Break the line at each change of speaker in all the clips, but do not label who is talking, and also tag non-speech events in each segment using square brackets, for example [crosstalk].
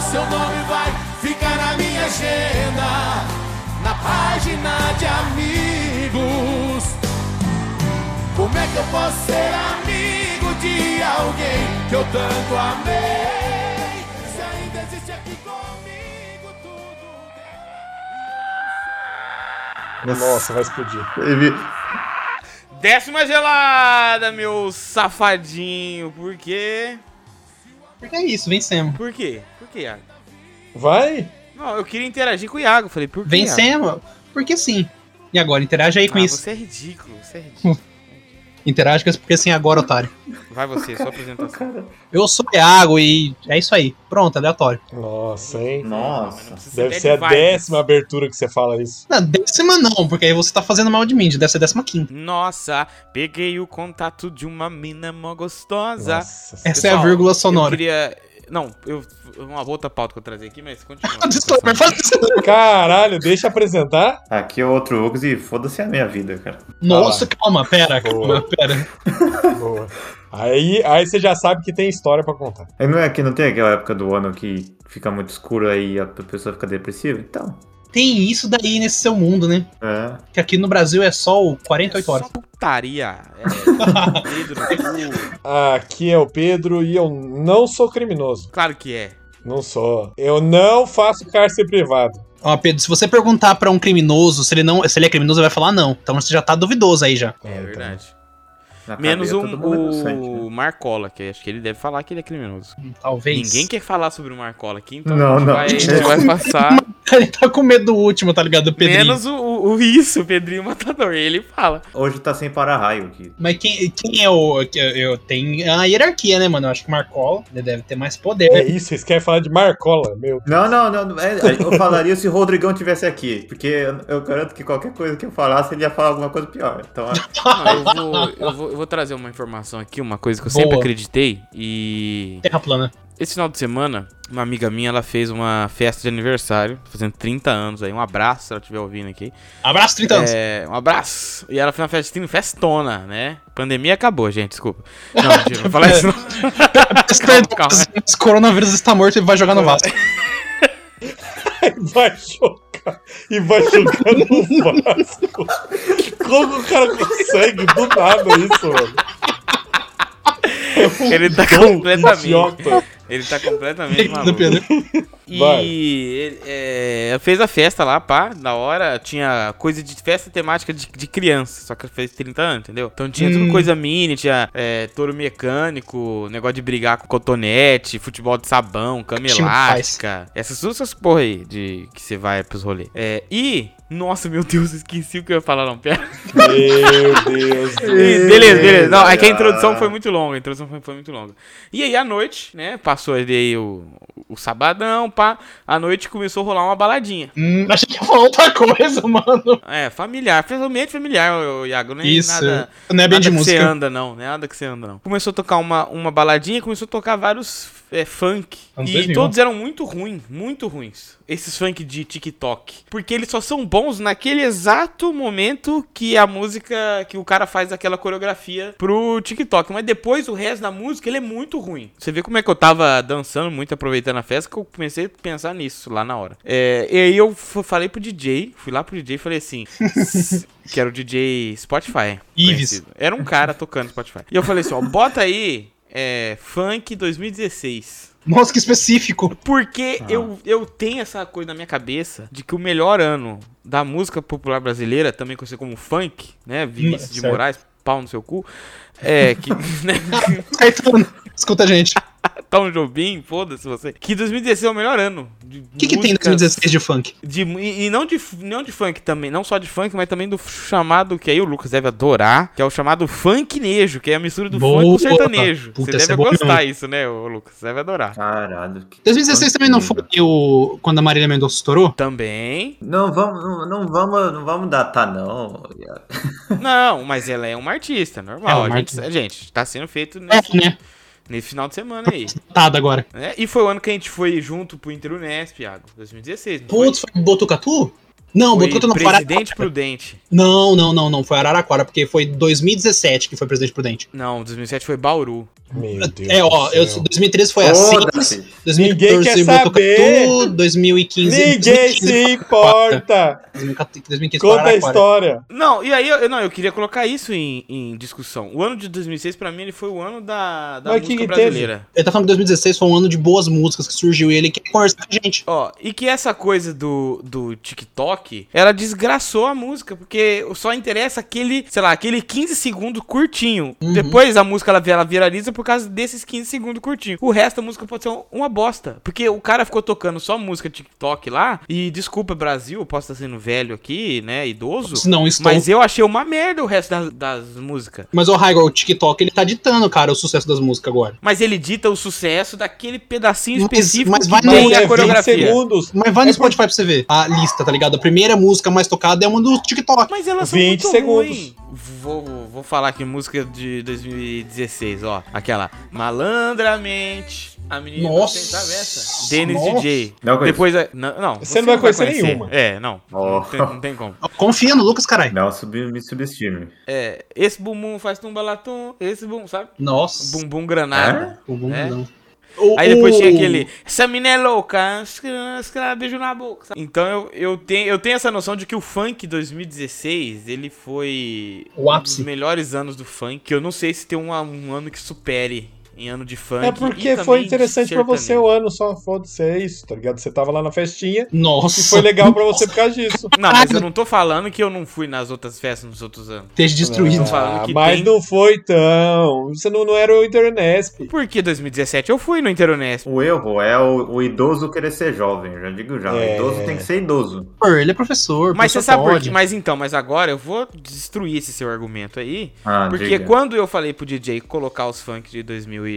seu nome vai ficar na minha agenda, na página de amigos. Como é que eu posso ser amigo de alguém que eu tanto amei? Se ainda existe aqui comigo tudo
Nossa, vai explodir.
Ele-
Décima gelada, meu safadinho. Por quê?
Porque é isso, vencemos.
Por quê? Por quê, Iago?
Vai?
Não, eu queria interagir com o Iago. Falei, por quê? Iago?
Vencemos, porque sim. E agora, interage aí com
Ah,
isso.
Você é ridículo, você é ridículo.
Interage com isso, porque sim, agora, otário.
Vai você, sua apresentação.
Eu sou o Iago e é isso aí. Pronto, aleatório.
Nossa, hein?
Nossa.
Precisa
Deve
dead
ser a
vibes.
décima abertura que você fala isso.
Não, décima não, porque aí você tá fazendo mal de mim, deve ser décima quinta.
Nossa, peguei o contato de uma mina mó gostosa.
Nossa.
Essa é a
Pessoal,
vírgula
Eu
sonora.
queria. Não, eu. Uma outra pauta que eu trazer aqui, mas
[laughs]
continua.
Disclaimer, fala isso.
Caralho, deixa eu apresentar.
Aqui é outro Ogos e foda-se a minha vida, cara.
Nossa, calma, pera,
Boa.
calma, pera.
Boa. Aí, aí você já sabe que tem história pra contar.
Aí não é que não tem aquela época do ano que fica muito escuro aí a pessoa fica depressiva? Então.
Tem isso daí nesse seu mundo, né?
É.
Que aqui no Brasil é sol 48
Só [laughs]
horas.
putaria. É, dedo no cu.
Aqui é o Pedro e eu não sou criminoso.
Claro que é.
Não sou. Eu não faço cárcere privado.
Ó, Pedro, se você perguntar pra um criminoso se ele, não, se ele é criminoso, ele vai falar não. Então você já tá duvidoso aí já.
É,
então.
verdade.
Na
Menos
cadeia,
um,
todo mundo é inocente,
o Marcola, que acho que ele deve falar que ele é criminoso.
Talvez.
Ninguém quer falar sobre o Marcola aqui,
Hum.
então
Não,
a gente
não.
vai, a
[laughs]
gente vai
É.
[laughs]
passar.
Ele tá com medo do último, tá ligado? Do Pedrinho.
Menos o, o- o isso, o Pedrinho Matador. Ele fala.
né? Hoje tá sem para-raio aqui.
Mas quem, quem é o. que Eu, eu- tem a hierarquia, né, mano? Eu acho que o Marcola ele deve ter mais poder. né?
É isso, vocês querem falar de Marcola, meu. [laughs]
Não, não, não. não, é- eu falaria se o Rodrigão tivesse aqui. Porque eu, eu garanto que qualquer coisa que eu falasse, ele ia falar alguma coisa pior. Então,
Não,
é-
eu, vou, eu, vou, eu vou trazer uma informação aqui, uma coisa que eu sempre
Boa.
acreditei. E
Terra plana.
Esse final de semana, uma amiga minha, ela fez uma festa de aniversário, tá fazendo 30 anos aí, um abraço se ela estiver ouvindo aqui.
Abraço, 30 anos.
É, um abraço! E ela fez uma festa, assim, festona, né? Pandemia acabou, gente, desculpa. Não, mentira, não falar isso não.
Mas perdão,
calma.
mas Esse coronavírus está morto e vai jogar no Vasco.
E vai chocar. E vai jogar no Vasco. Como o cara consegue do nada isso, mano? É um
Ele tá
dom
completamente-
idiota.
Ele tá
[laughs]
completamente
Do
maluco.
Pedro.
E
Vai.
ele, é, fez a festa lá, pá, na hora tinha coisa de festa temática de, de criança, só que fez 30 anos, entendeu? Então tinha tudo
Hum.
coisa mini, tinha é, touro mecânico, negócio de brigar com cotonete, futebol de sabão, cama
Time
elástica, essas duas essas porra aí de, que você vai pros rolês. É, e, nossa, meu Deus, [laughs] esqueci o que eu ia falar, não, pera.
Meu Deus do céu.
Isso, beleza, beleza. Não, é que a introdução foi muito longa, a introdução foi, foi muito longa. E aí, à noite, né, passou ali aí o, o sabadão, pá, à noite começou a rolar uma baladinha.
Hum, achei que ia falar outra coisa, mano.
É, familiar, fez um meio familiar, o Iago, não é
Isso.
nada...
Não é bem
nada
de
que você
música.
anda, não. não é Nada que você anda, não. Começou a tocar uma, uma baladinha, começou a tocar vários é, funk.
Anos
e
2000.
todos eram muito ruins, muito ruins. Esses funk de TikTok. Porque eles só são bons naquele exato momento que a música, que o cara faz aquela coreografia pro TikTok. Mas depois o resto da música, ele é muito ruim. Você vê como é que eu tava dançando muito, aproveitando a festa, que eu comecei a pensar nisso lá na hora. É, e aí eu f- falei pro DJ, fui lá pro DJ e falei assim, [laughs] que era o DJ Spotify.
Ives.
conhecido. Era um cara tocando Spotify. E eu falei assim, ó, bota aí é, funk 2016.
Nossa, que específico. Ah.
Porque eu, eu tenho essa coisa na minha cabeça de que o melhor ano da música popular brasileira, também conhecido como funk, né? Vinícius de
Hum, certo.
Moraes, pau no seu cu. É,
[laughs]
que. né, [laughs]
Caetano, escuta a gente.
Tom Jobim, foda-se você. Que 2016 é o melhor ano.
O que, que tem em 2016 de funk?
De, e, e não, de, não de funk também, não só de funk, mas também do chamado, que aí o Lucas deve adorar, que é o chamado funknejo, que é a mistura do
Boa!
funk com o sertanejo.
Puta,
Você
essa
deve
é boa
gostar
mesmo. Tá.
isso, né, ô Lucas? Você deve adorar.
Caralho. que-
2016 também não foi
Incrível.
o... quando a Marília Mendonça estourou?
Também.
Não vamos, não, não vamos, não vamos datar, não.
Não, mas ela é uma artista, normal.
É uma
a gente,
artista.
gente, tá sendo feito
É,
nesse,
né?
nesse final de semana aí.
Tado agora.
né? E foi o ano que a gente foi junto pro Interunesp, Iago. 2016. não foi?
Putz, foi Botucatu? Não,
Foi
botou tudo no Pará.
Presidente Prudente.
Não, não, não, não. Foi Araraquara, porque foi 2017 que foi presidente prudente.
Não, 2007 foi Bauru.
Meu Deus.
é, ó,
do
eu,
céu.
2013 foi assim.
Foda-se.
2014
Ninguém quer
Botucatu, 2015.
Ninguém
2015,
se importa.
2014, 2015 foi
Conta a
Araraquara.
história.
Não, e aí eu, eu- não, eu queria colocar isso em, em discussão. O ano de 2006, pra mim, ele foi o ano da, da
Mas
música
que que teve?
brasileira.
Ele tá falando que 2016 foi um ano de boas músicas que surgiu e ele quer conversar com a gente.
Ó, e que essa coisa do, do TikTok, ela desgraçou a música, porque só interessa aquele, sei lá, aquele 15 segundos curtinho.
Uhum.
Depois a música ela, vi- ela viraliza por causa desses 15 segundos curtinho. O resto da música pode ser um- uma bosta, porque o cara ficou tocando só música TikTok lá, e desculpa Brasil, eu posso estar sendo velho aqui, né, idoso,
Não estou.
mas eu achei uma merda o resto das, das músicas.
Mas o Raigor, o TikTok, ele tá ditando, cara, o sucesso das músicas agora.
Mas ele dita o sucesso daquele pedacinho
Mas-
específico
mas
que
vai no-
tem
Mas
a
é 20
coreografia.
segundos.
Mas vai no
É por-
Spotify pra você ver a lista, tá ligado? A primeira música mais tocada é uma do TikTok.
Mas elas
20
são muito
segundos.
ruins. Vou, vou falar aqui música de 2016, ó. Aquela. Malandramente. A menina
Nossa.
não sabe essa. Dennis
Nossa.
DJ.
Não conheço. Oh.
Depois a- não, não,
Você não vai conhecer nenhuma.
É, não.
Ó.
Não, tem, não tem como.
Confia no Lucas, caralho.
Não sub, me subestime.
É, esse bumbum faz tumbalatum, esse bumbum, sabe?
Nossa.
Bumbum granada.
O bom
É?
não. O-
Aí depois
o-
tinha aquele. Essa mina é louca, as crianças, as crianças, beijo na boca. sabe? Então eu, eu, tenho, eu tenho essa noção de que o funk 2016, ele foi
O
um dos
ápice.
melhores anos do funk. que Eu não sei se tem um, um ano que supere em ano de funk.
É
e
porque
também
foi
de
interessante pra você
sertanejo.
o ano, só foda-se, é isso, tá ligado? Você tava lá na festinha
Nossa.
e foi legal pra você por causa disso.
Não, mas eu não tô falando que eu não fui nas outras festas nos outros anos.
Esteja destruído.
É.
Não. falando que
Ah, mas
tem-
não foi tão. Você não, não era o Internesp.
Porque 2017 eu fui no Interonesp.
O erro é o, o idoso querer ser jovem, eu já digo já.
É.
O idoso tem que ser idoso.
Professor, Ele é professor.
Mas você
professor
sabe por
pode.
quê? Mas então, mas agora eu vou destruir esse seu argumento aí.
Ah,
Porque
diga.
quando eu falei pro DJ colocar os funk de 2016,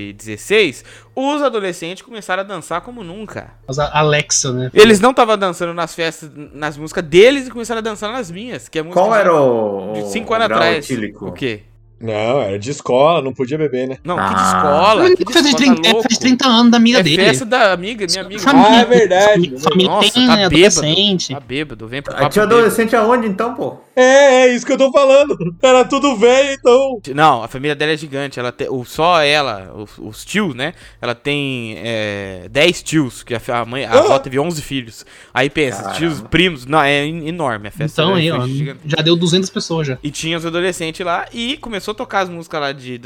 os adolescentes começaram a dançar como nunca.
Mas a Alexa, né?
Eles não estavam dançando nas festas, nas músicas deles e começaram a dançar nas minhas, que é música
Qual
de-
era o.
de
o
5 anos
grau
atrás.
etílico?
O quê?
Não, era de escola, não podia beber, né?
Não, que de
Ah.
escola.
Mas
que
festa de
escola, tá
30, é
louco.
festa de 30 anos da amiga
É
dele.
festa da amiga, minha amiga.
Família,
Ah, é verdade.
família- Família
Nossa,
tem,
tá
né?
bêbado.
Adolescente.
Tá bêbado, vem pro
Ah,
papo
Tinha
bêbado.
adolescente aonde então, pô?
É, é isso que eu tô falando. Era tudo velho, então.
Não, a família dela é gigante. Ela tem, o, só ela, os, os tios, né? Ela tem é, 10 tios, que a, fi- a mãe, a
Ah.
avó teve 11 filhos. Aí pensa,
Caramba.
tios, primos. Não, é en- enorme a festa.
Então
né,
aí,
foi
ó.
gigante.
Já deu 200 pessoas já.
E tinha os adolescentes lá e começou a tocar as músicas lá de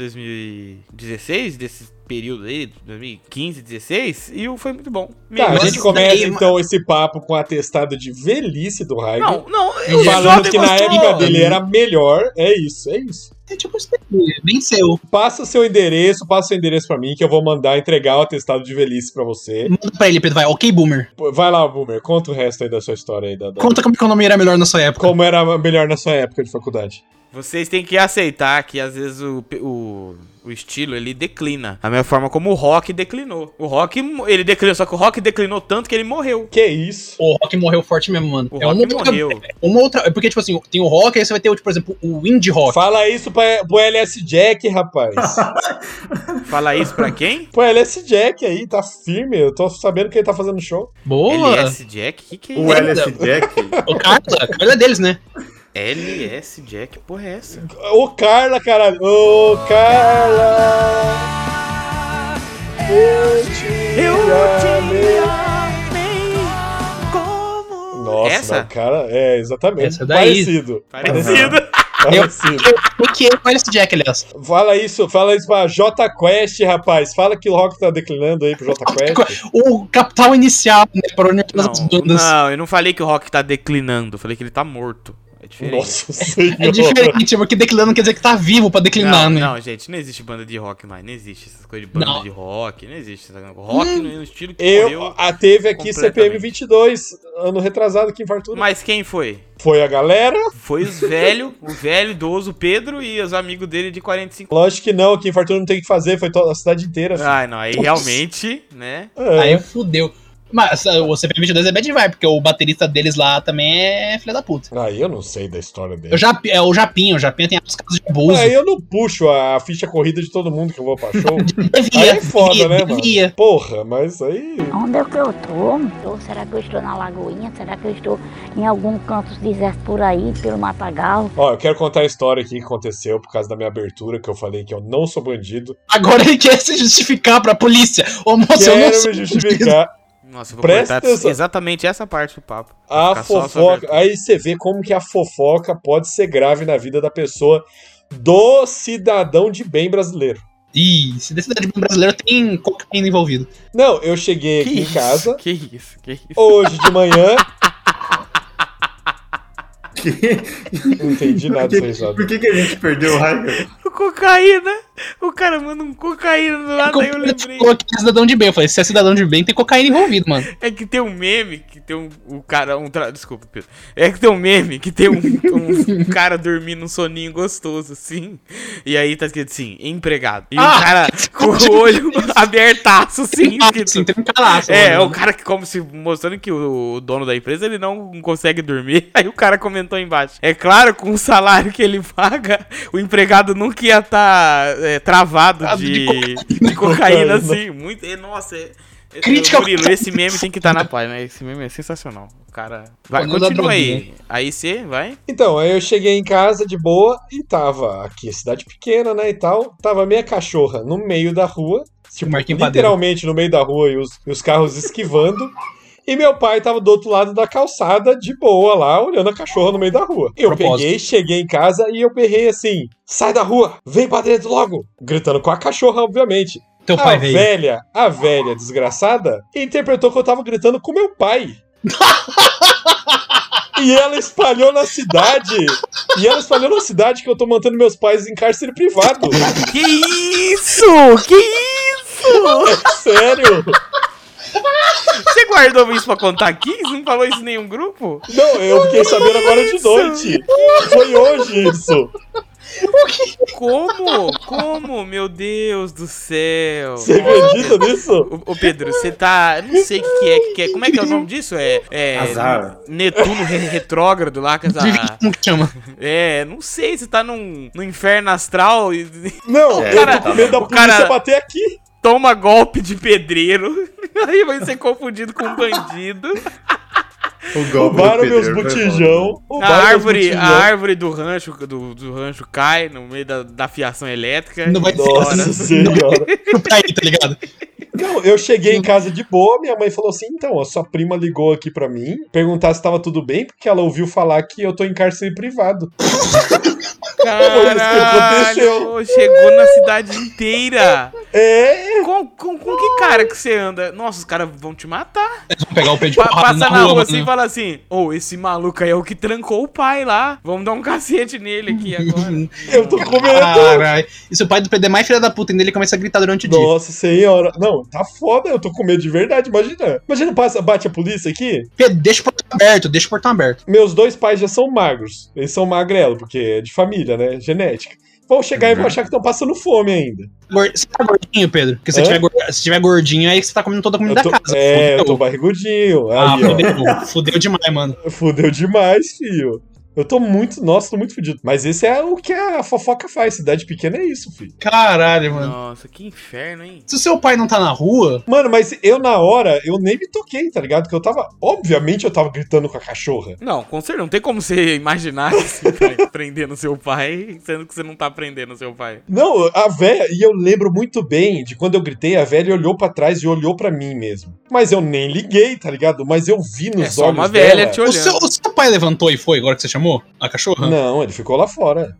2016, desse período aí, 2015, 16, e o- foi muito bom.
Tá, a
mas
gente
isso
começa
daí,
então esse papo com o atestado de velhice do Raigo.
Não, não,
E
o
Falando
jovem
que na
é gostou.
época dele era melhor. É isso, é isso.
É tipo isso daí. Bem seu.
Passa seu endereço, passa seu endereço pra mim que eu vou mandar entregar o atestado de velhice pra você.
Manda pra ele, Pedro. Vai. Ok, boomer.
Pô, Vai lá, Boomer, conta o resto aí da sua história aí. Da, da-
Conta como que o nome era melhor na sua época.
Como era melhor na sua época de faculdade.
Vocês têm que aceitar que às vezes o, pe- o, o estilo ele declina. A mesma forma como o rock declinou. O rock, mo- ele declinou, só que o rock declinou tanto que ele morreu.
Que isso?
O rock morreu forte mesmo, mano.
O
é
rock
uma outra,
morreu.
uma outra. É porque, tipo assim, tem o rock, aí você vai ter, tipo, por exemplo, o indie rock.
Fala isso pra, pro LS Jack, rapaz.
[laughs]
Fala isso pra
[laughs]
quem?
Pô, LS Jack aí, tá firme. Eu tô sabendo que ele tá fazendo show.
é
Boa!
LS Jack? Que que é
O
isso?
LS [laughs] Jack?
O Carla, a Carla é deles,
[laughs]
né?
LS Jack? Porra é essa?
Ô, Carla, caralho. Ô, Carla. Eu te amei. Nossa,
Essa?
mas o cara. É, exatamente.
Essa daí.
Parecido.
Parecido.
Parecido.
O que é o LS Jack, aliás?
Fala isso, fala isso pra J Quest, rapaz. Fala que o rock tá declinando aí pro J Quest.
O capital inicial, né? Para unir todas
Não,
as bandas.
não, eu não falei que o rock tá declinando. eu Falei que ele tá morto. É diferente.
Nossa senhora.
É diferente, porque declinando quer dizer que tá vivo pra declinar,
Não,
né?
não, gente, não existe banda de rock mais. Não existe essas coisas de banda
Não.
de rock. Não existe. Essa... Rock não é um estilo que
Eu
morreu.
a, teve aqui CPM
completamente.
22, ano retrasado aqui em Fartura.
Mas quem foi?
Foi a galera?
Foi os velhos, o velho idoso Pedro e os amigos dele de 45
Lógico que não, né? aqui em Fartura não tem o que fazer, foi toda a cidade inteira.
Ai, não, aí realmente, né?
É.
Ah, Aí fudeu. Mas ah, o CPM22 é bad vibe, porque o baterista deles lá também é filha da puta.
Aí eu não sei da história dele.
O, Jap, é, o Japinha, o Japinha tem os casos de abuso.
Aí eu não puxo a ficha corrida de todo mundo que eu vou pra show.
Devia,
Aí é foda,
devia,
né, mano?
devia.
Porra, mas aí.
Onde é que eu tô? Ou será que eu estou na Lagoinha? Será que eu estou em algum canto deserto por aí, pelo Matagal?
Ó, eu quero contar a história aqui que aconteceu por causa da minha abertura, que eu falei que eu não sou bandido.
Agora ele quer se justificar pra polícia. Ô, moço, eu não
quero
sou
me justificar.
Nossa, eu vou
Presta
cortar
atenção.
exatamente essa parte do papo. Vai
A
ficar só sobre
fofoca. Aí você vê como que a fofoca pode ser grave na vida da pessoa do cidadão de bem brasileiro.
Ih, se da cidade brasileira tem cocaína envolvido.
Não, eu cheguei aqui em casa
Que isso, que isso. [laughs]
hoje de manhã. Não entendi nada
Por
disso
que, por que que a gente perdeu o Raio?
O cocaína. O cara manda um cocaína do lado, aí eu
Ele
lembrei.
falou que é cidadão de bem. Eu falei, se é cidadão de bem, tem cocaína envolvido, mano.
É que tem um meme que tem um, o cara. Um tra- Desculpa, Pedro. É que tem um meme que tem um, um- um cara dormindo um soninho gostoso, assim. E aí tá escrito assim, empregado. E
Ah,
o cara com o olho [laughs] abertaço, assim,
Sim,
escrito.
tem um calaço.
É, é o
mano.
cara que como se mostrando que o dono da empresa ele não consegue dormir. [laughs] Aí o cara comentou aí embaixo. É claro, com o salário que ele paga, o empregado nunca ia estar travado
Travado de né?
de, de cocaína,
[laughs]
Cocaína.
assim. Muito, e, nossa, é, é-
Crítica
ô,
ao
Murilo, esse meme tem que estar na página. né? Esse meme é sensacional. O cara. Vai,
Falando da
continua aí.
droguinha.
Aí você vai.
Então, aí eu cheguei em casa de boa e tava aqui, cidade pequena, né, e tal. Tava minha cachorra no meio da rua, tipo,
Marquinho
literalmente no meio da rua e os, e os carros esquivando. E meu pai tava do outro lado da calçada, de boa lá, olhando a cachorra no meio da rua. Eu
Propósito.
peguei, cheguei em casa e eu berrei assim: sai da rua, vem pra dentro logo! Gritando com a cachorra, obviamente.
Teu
A
pai veio.
velha, a velha desgraçada, interpretou que eu tava gritando com meu
[laughs]
pai. e ela espalhou na cidade. E ela espalhou na cidade que eu tô mantendo meus pais em cárcere
[laughs]
privado.
Que isso? Que isso?
É Sério?
Você guardou isso pra contar aqui? Você não falou isso em nenhum grupo?
Não, é eu fiquei sabendo agora de
Isso.
noite. Foi hoje isso.
Como? Como? Meu Deus do céu.
Você acredita nisso?
Ô, ô, Pedro, você tá. Não sei o que, que é, que que é. Como é que é o nome disso? É. é
Azar.
Netuno re- retrógrado lá com essa.
ah.
Como que chama?
É, não sei, você tá num, num inferno astral e
Não,
É,
eu tô
tá
com medo da
bom. O
polícia
cara-
bater aqui.
toma golpe de pedreiro. [laughs] Aí vai ser confundido com um
[laughs]
bandido.
O golpe
Roubaram
do
meus
Pedreiro foi bom.
botijão.
A
roubaram meus
um
árvore, a
botijão.
né?
árvore do rancho, do, do rancho cai no meio da, da fiação elétrica.
Não vai
E
ser
ora-
Nossa [laughs]
[laughs]
senhora.
Tá aí, tá ligado?
Não, eu cheguei em casa de boa, minha mãe falou assim: então, a sua prima ligou aqui pra mim, perguntar se tava tudo bem, porque ela ouviu falar que eu tô em cárcere privado.
Caralho, chegou na cidade inteira.
É,
Com, com, com que cara que você anda? Nossa, os caras vão te matar.
Vamos pegar o pé de
Pa
porrada
passa na rua assim e
mano.
fala assim: Ô, esse maluco aí é o que trancou o pai lá. Vamos dar um [laughs] cacete nele aqui agora.
[laughs] eu tô com medo.
Caralho. E se o pai do PD é mais filha da puta, ainda ele começa a gritar durante o
[laughs]
dia.
Nossa senhora. Não, tá foda, eu tô com medo de verdade, imagina. Imagina, passa, bate a polícia aqui,
Pedro, deixa o portão aberto, deixa o portão aberto.
meus dois pais já são magros. Eles são magrelo, porque é de família, né? Genética. Vão chegar e vão achar que estão passando fome ainda.
Gor- Você tá gordinho, Pedro? Porque se
Hã?
tiver, gor- se tiver gordinho, aí você tá comendo toda a
Eu
comida
tô,
da casa.
é, eu tô
fudeu.
barrigudinho.
Ah,
Aí, ó.
fudeu, fudeu demais, mano.
[laughs] Fudeu demais, filho. Eu tô muito, nossa, tô muito fudido. Mas esse é o que a fofoca faz. Cidade pequena é isso, filho.
Caralho, mano.
Nossa, que inferno, hein?
Se o seu pai não tá na rua,
Mano, mas eu na hora, eu nem me toquei, tá ligado? Que eu tava, obviamente eu tava gritando com a cachorra.
Não, com certeza, não tem como você imaginar [laughs] que você tá prendendo seu pai, sendo que você não tá prendendo seu pai.
Não, a velha, e eu lembro muito bem de quando eu gritei, a velha olhou pra trás e olhou pra mim mesmo. Mas eu nem liguei, tá ligado? Mas eu vi nos
É só
olhos
uma velha
dela.
te
o
olhando.
seu, o seu pai levantou e foi agora que você chamou? A cachorra?
Não, ele ficou lá fora.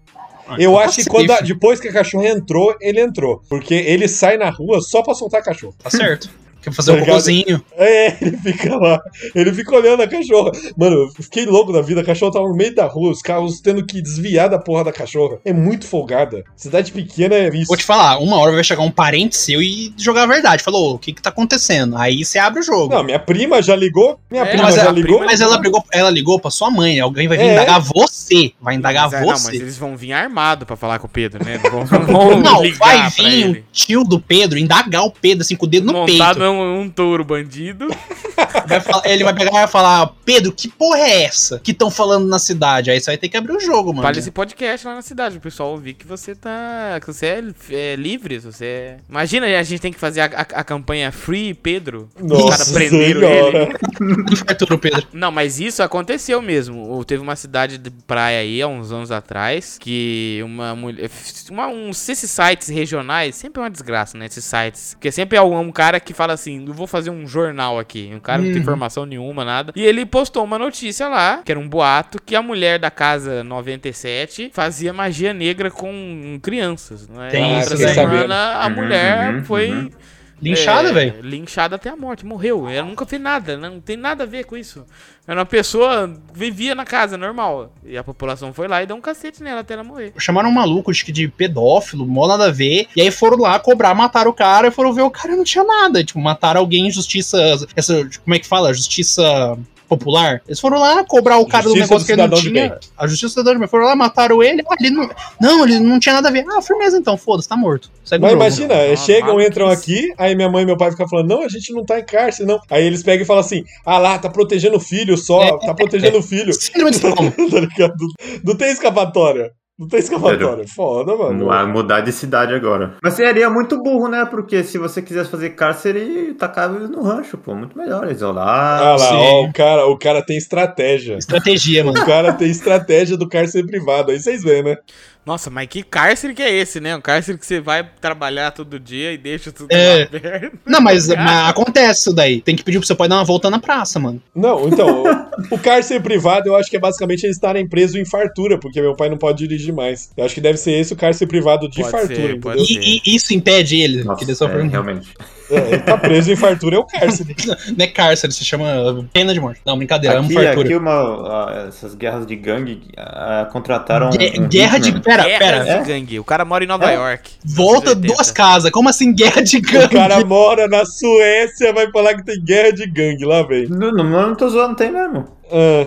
Ah,
Eu
então
acho
tá
que quando a-
safe,
depois que a cachorra entrou, ele entrou. Porque ele sai na rua só pra soltar a Tá cachorra. [laughs]
Tá certo. Quer fazer um
Obrigado.
cocôzinho.
É, [laughs] ele fica lá. Ele fica olhando a cachorra. Mano, eu fiquei louco da vida. A cachorra tava no meio da rua, os carros tendo que desviar da porra da cachorra. É muito folgada. Cidade pequena é isso.
Vou te falar, uma hora vai chegar um parente seu e jogar a verdade. Falou, "Ô, o que que tá acontecendo? Aí você abre o jogo.
Não, minha prima já ligou. Minha
É,
prima
mas
já
a
ligou.
prima-
Mas ela brigou, ela ligou pra sua mãe, alguém vai vir
É.
indagar você. Vai indagar
Mas, é, não, mas
você.
eles vão vir armado pra falar com o Pedro, né? Não
[laughs]
vão, não vão
não,
ligar
vai
pra
vir
ele.
o tio do Pedro indagar o Pedro assim com o dedo no
Montado
peito.
é um, um touro bandido.
Vai falar- ele vai pegar e vai falar, Pedro, que porra é essa que estão falando na cidade? Aí você vai ter que abrir o jogo, mano.
Fale assim, esse podcast lá na cidade, o pessoal ouvir que você tá. que você é, é livre, se você é. Imagina, a gente tem que fazer a, a- a campanha Free Pedro. Os
Nossa
caras prenderam
senhora.
ele.
Arturo, Pedro.
Não, mas isso aconteceu mesmo. Ou Teve uma cidade de praia aí, há uns anos atrás, que uma mulher. Uma, uns, esses sites regionais, sempre é uma desgraça, né? Esses sites. Porque sempre é um, um cara que fala assim: eu vou fazer um jornal aqui. Um cara não tem
Uhum.
informação nenhuma, nada. E ele postou uma notícia lá, que era um boato, que a mulher da casa 97 fazia magia negra com crianças. Né?
Tem
Outra
isso, né?
semana, a
Uhum,
mulher
uhum,
foi
uhum.
Linchado,
é,
velho.
Linchada até a morte, morreu. Ela nunca fez nada, né? não tem nada a ver com isso. Era uma pessoa, vivia na casa, normal. E a população foi lá e deu um cacete nela até ela morrer.
Chamaram um maluco acho que de pedófilo, mó nada a ver. E aí foram lá cobrar, mataram o cara e foram ver o cara não tinha nada. Tipo, mataram alguém em justiça. Essa, como é que fala? Justiça popular. Eles foram lá cobrar o cara
Justiça
do negócio
do
que ele não
cidadão de
tinha. A justiça do cidadão de bem. Foram lá, mataram ele. Ah, ele não, não, ele não tinha nada a ver. Ah, firmeza então, foda-se, tá morto. Segue o
Mas
jogo.
imagina,
Ah,
é, chegam,
maluquice.
entram aqui, aí minha mãe e meu pai ficam falando, não, a gente não tá em cárcere, não. Aí eles pegam e falam assim, ah lá, tá protegendo o filho só,
É,
tá protegendo
[laughs]
o filho,
Síndrome
[laughs]
de Estocolmo.
tá ligado? Não tem escapatória. Não tem escapatória. Foda, mano.
Vai mudar de cidade agora. Mas seria muito burro, né? Porque se você quisesse fazer cárcere, tacava eles no rancho, pô. Muito melhor, isolar.
Ah lá,
sim.
ó, o cara, o cara tem estratégia.
Estratégia, mano.
O cara tem estratégia do cárcere privado. Aí vocês veem, né?
Nossa, mas que cárcere que é esse, né? Um cárcere que você vai trabalhar todo dia e deixa tudo
É.
lá aberto.
Não, mas, mas acontece isso daí. Tem que pedir pro seu pai dar uma volta na praça, mano.
Não, então, o- o cárcere privado eu acho que é basicamente eles estarem presos em fartura, porque meu pai não pode dirigir mais. Eu acho que deve ser esse o cárcere privado de
Pode ser,
fartura,
pode
entendeu?
ser.
E, e isso impede ele.
Nossa,
que ele um só
é,
pergunta.
realmente.
É, ele tá preso em fartura é o cárcere.
Não é cárcere, se chama pena de morte. Não, brincadeira, é
aqui,
uma fartura.
aqui uma, ah, essas guerras de gangue ah, contrataram.
Gue-
um
guerra de.
hitman.
Pera,
Uhum. Guerra
pera. é?
de gangue. O cara mora em Nova
É.
York.
Volta
80.
duas casas. Como assim guerra de
O
gangue?
cara mora na Suécia, vai falar que tem guerra de gangue lá, velho.
Não, não, não tô zoando, tem mesmo.
Ah,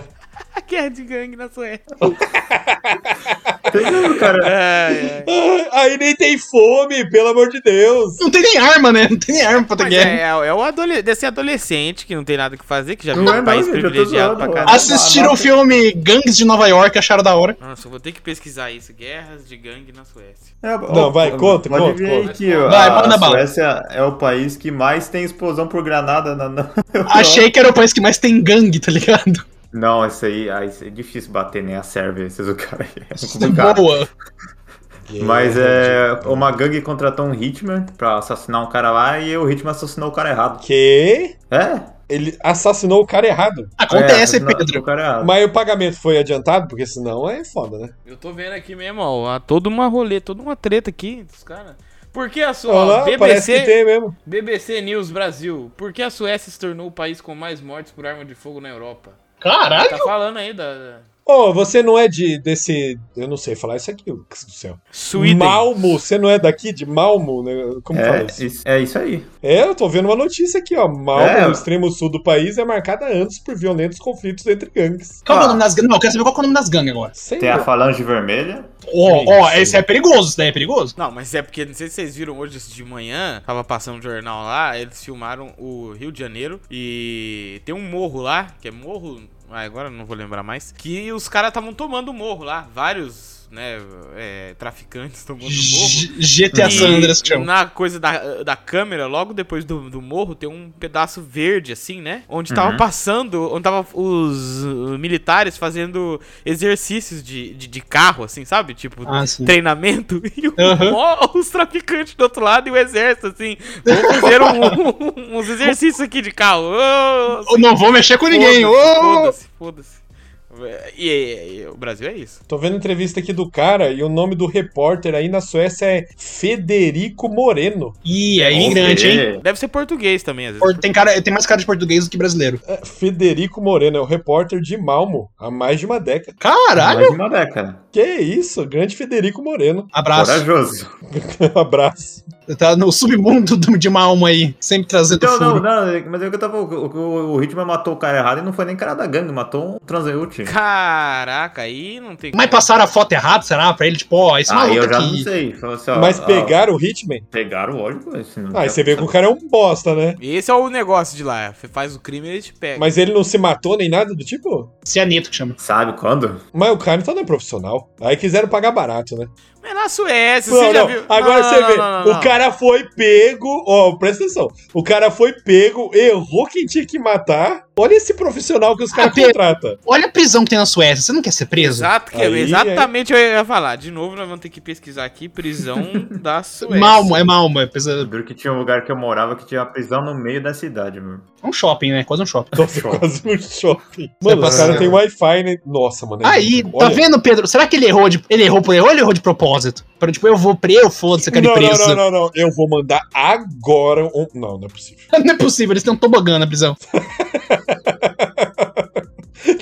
Guerra de gangue na
[laughs]
Suécia.
Tem mesmo,
[laughs]
cara.
É, é.
ah, aí nem tem fome, pelo amor de Deus.
Não tem nem arma, né? Não tem nem arma pra ter
Mas
guerra.
é, é, é o adole desse adolescente que não tem nada que fazer, que já
Não
vive
é
um
não,
país
gente, eu tô
privilegiado
zoando,
pra
mano.
caralho.
Assistiram o filme Gangues de Nova York, acharam da hora.
Nossa, eu vou ter que pesquisar isso. Guerras de gangue na Suécia.
É,
Não, vai, conta,
pode
conta,
ver aí
conta.
Que,
Vai,
a,
manda
a
bala.
Suécia é o país que mais tem explosão por granada na. na [laughs] Europa.
Achei que era o país que mais tem gangue, tá ligado?
Não, isso aí, ah, isso é difícil bater, né? A Sérvia, esses o cara aí. É complicado.
Boa.
Mas é. Uma gangue contratou um Hitman pra assassinar um cara lá e o Hitman assassinou o cara errado.
Que
É?
ele assassinou o cara errado.
Acontece,
é, assassinou O
Pedro.
cara errado.
Mas o pagamento foi adiantado, porque senão é foda, né?
Eu tô vendo aqui mesmo, ó, a- toda uma rolê, toda uma treta aqui dos caras. Por que a sua
Olha lá, parece que
BBC,
tem mesmo.
BBC News Brasil, por que a Suécia se tornou o país com mais mortes por arma de fogo na Europa?
Caralho.
Tá falando aí da... da...
Ô, você não é de desse. Eu não sei falar isso aqui, Lucas do céu.
Sweden.
Malmo, você não é daqui de Malmo? Né? Como fala
É,
isso?
isso, é isso aí.
É, eu tô vendo uma notícia aqui, ó. Malmo,
É.
no extremo sul do país, é marcada antes por violentos conflitos entre gangues.
Qual que é o
Ah.
nome das gangues? Não, eu quero saber qual que é o nome das gangues agora.
Sei
Tem
lá.
a falange vermelha.
Ó, ó,
Isso.
esse é perigoso, isso daí é perigoso.
Não, mas é porque, não sei se vocês viram hoje de manhã, tava passando um jornal lá, eles filmaram o Rio de Janeiro e tem um morro lá, que é morro, ah, agora eu não vou lembrar mais, que os caras estavam tomando o morro lá, vários, né, é, traficantes tomando o morro.
G- GTA
E
Sandras, que chama.
Na coisa da, da câmera, logo depois do, do morro, tem um pedaço verde, assim, né? Onde tava passando, onde tava os uh, militares fazendo exercícios de, de, de carro, assim, sabe? Tipo,
Ah, sim.
treinamento. [laughs] E o-
Aham.
ó, os traficantes do outro lado e o exército, assim. Vamos fazer um- um- uns exercícios aqui de carro. Ô,
Eu não vou mexer com ninguém. Ô!
Foda-se, foda-se. E, e- e o Brasil é isso.
Tô vendo entrevista aqui do cara e o nome do repórter aí na Suécia é Federico Moreno.
Ih, é imigrante, hein?
Deve ser português também, às vezes.
Por- Tem, cara, tem mais cara de português do que brasileiro.
É, Federico Moreno é o repórter de Malmo há mais de uma década.
Caralho!
Mais de uma década.
Que isso, grande Federico Moreno. [laughs]
Abraço.
Corajoso.
Abraço.
Tá no submundo do- de uma alma aí, sempre trazendo
Então, [laughs] não,
furo.
não, mas é que eu tava. O, o, o Hitman matou o cara errado e não foi nem cara da gangue, matou um transeúte.
Caraca, aí não tem.
Mas
como.
passaram a foto errada, será? Pra ele, tipo, ó, esse
Ah,
maluco
eu já não
aqui.
sei. Falou assim, ó,
Mas
ó,
pegaram o Hitman?
Pegaram o ódio com esse. não
Ah, aí
já-
você vê que o cara é um bosta, né?
Esse é o negócio de lá. Você faz o crime e ele te
É.
pega.
Mas ele não se matou nem nada do tipo?
Cianeto que chama.
Sabe quando?
Mas o cara então não é profissional. Aí quiseram pagar barato, né?
Mas na Suécia,
Não,
você já
não.
viu.
Agora
Não,
você
não,
vê.
não, não,
O
não.
cara foi pego. Ó, presta atenção. O cara foi pego, errou quem tinha que matar. Olha esse profissional que os caras
pe-
contratam.
Olha a prisão que tem na Suécia, você não quer ser preso?
Exato, que, é
Aí,
exatamente eu ia falar. De novo, nós vamos ter que pesquisar aqui prisão da Suécia.
Malmo, é Malmo, é presa-
Duro que tinha um lugar que eu morava que tinha uma prisão no meio da cidade, mano.
é um shopping, né? Quase um shopping.
Nossa,
Shopping.
quase um shopping. Mano, os
passou.
caras têm Wi-Fi, né? Nossa, mano. é
Aí,
lindo.
tá
Olha.
vendo, Pedro? Será que ele errou de. Ele errou por erro ou ele errou de propósito? Pra tipo, eu vou preso, foda-se, eu quero ir
Não,
preso.
não, não, não, não. Eu vou mandar agora um. Não, não é possível. [laughs]
[laughs] Não é possível, eles têm um tobogã na prisão.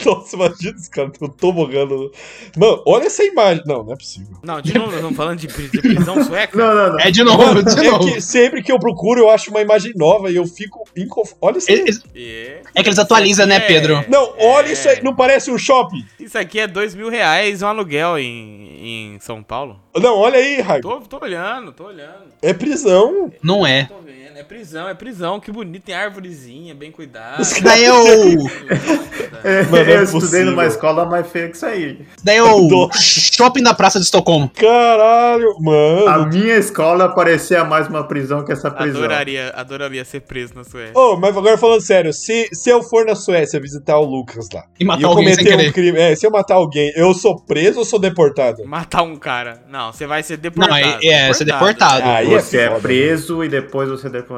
Nossa, imagina esse cara tem um tobogã. no- Mano, olha essa imagem. Não, não é possível.
Não, de novo, nós estamos falando de pri- de prisão sueca?
Não, não, não.
É de novo,
Mano,
de
é
novo.
que sempre que eu procuro, eu acho uma imagem nova e eu fico. Inconf... Olha isso aí.
Eles-
É,
É que eles atualizam, né, Pedro?
Não, olha
É.
isso aí. Não parece um shopping?
Isso aqui é dois mil reais um aluguel em, em São Paulo.
Não, olha aí, Raigo.
Tô, tô olhando, tô olhando,
É prisão.
Não é.
tô vendo. É prisão, é prisão. Que bonito, tem árvorezinha, bem cuidado.
Isso
[laughs]
daí é o.
[laughs]
não é
eu estudei
possível.
numa escola mais feia que isso aí.
isso daí é
[laughs]
o.
Nossa.
Shopping da Praça de Estocolmo.
Caralho, mano.
A minha escola parecia mais uma prisão que essa prisão.
Adoraria, adoraria ser preso na Suécia.
Ô, mas agora falando sério, se, se eu for na Suécia visitar o Lucas lá
E matar
e eu
alguém sem
cometer um
querer.
crime, é, se eu matar alguém, eu sou preso ou sou deportado?
[laughs] Matar um cara. Não, você vai ser
Não,
deportado.
é, é você é deportado.
Aí é
Você
foda,
é preso e depois você é deportado.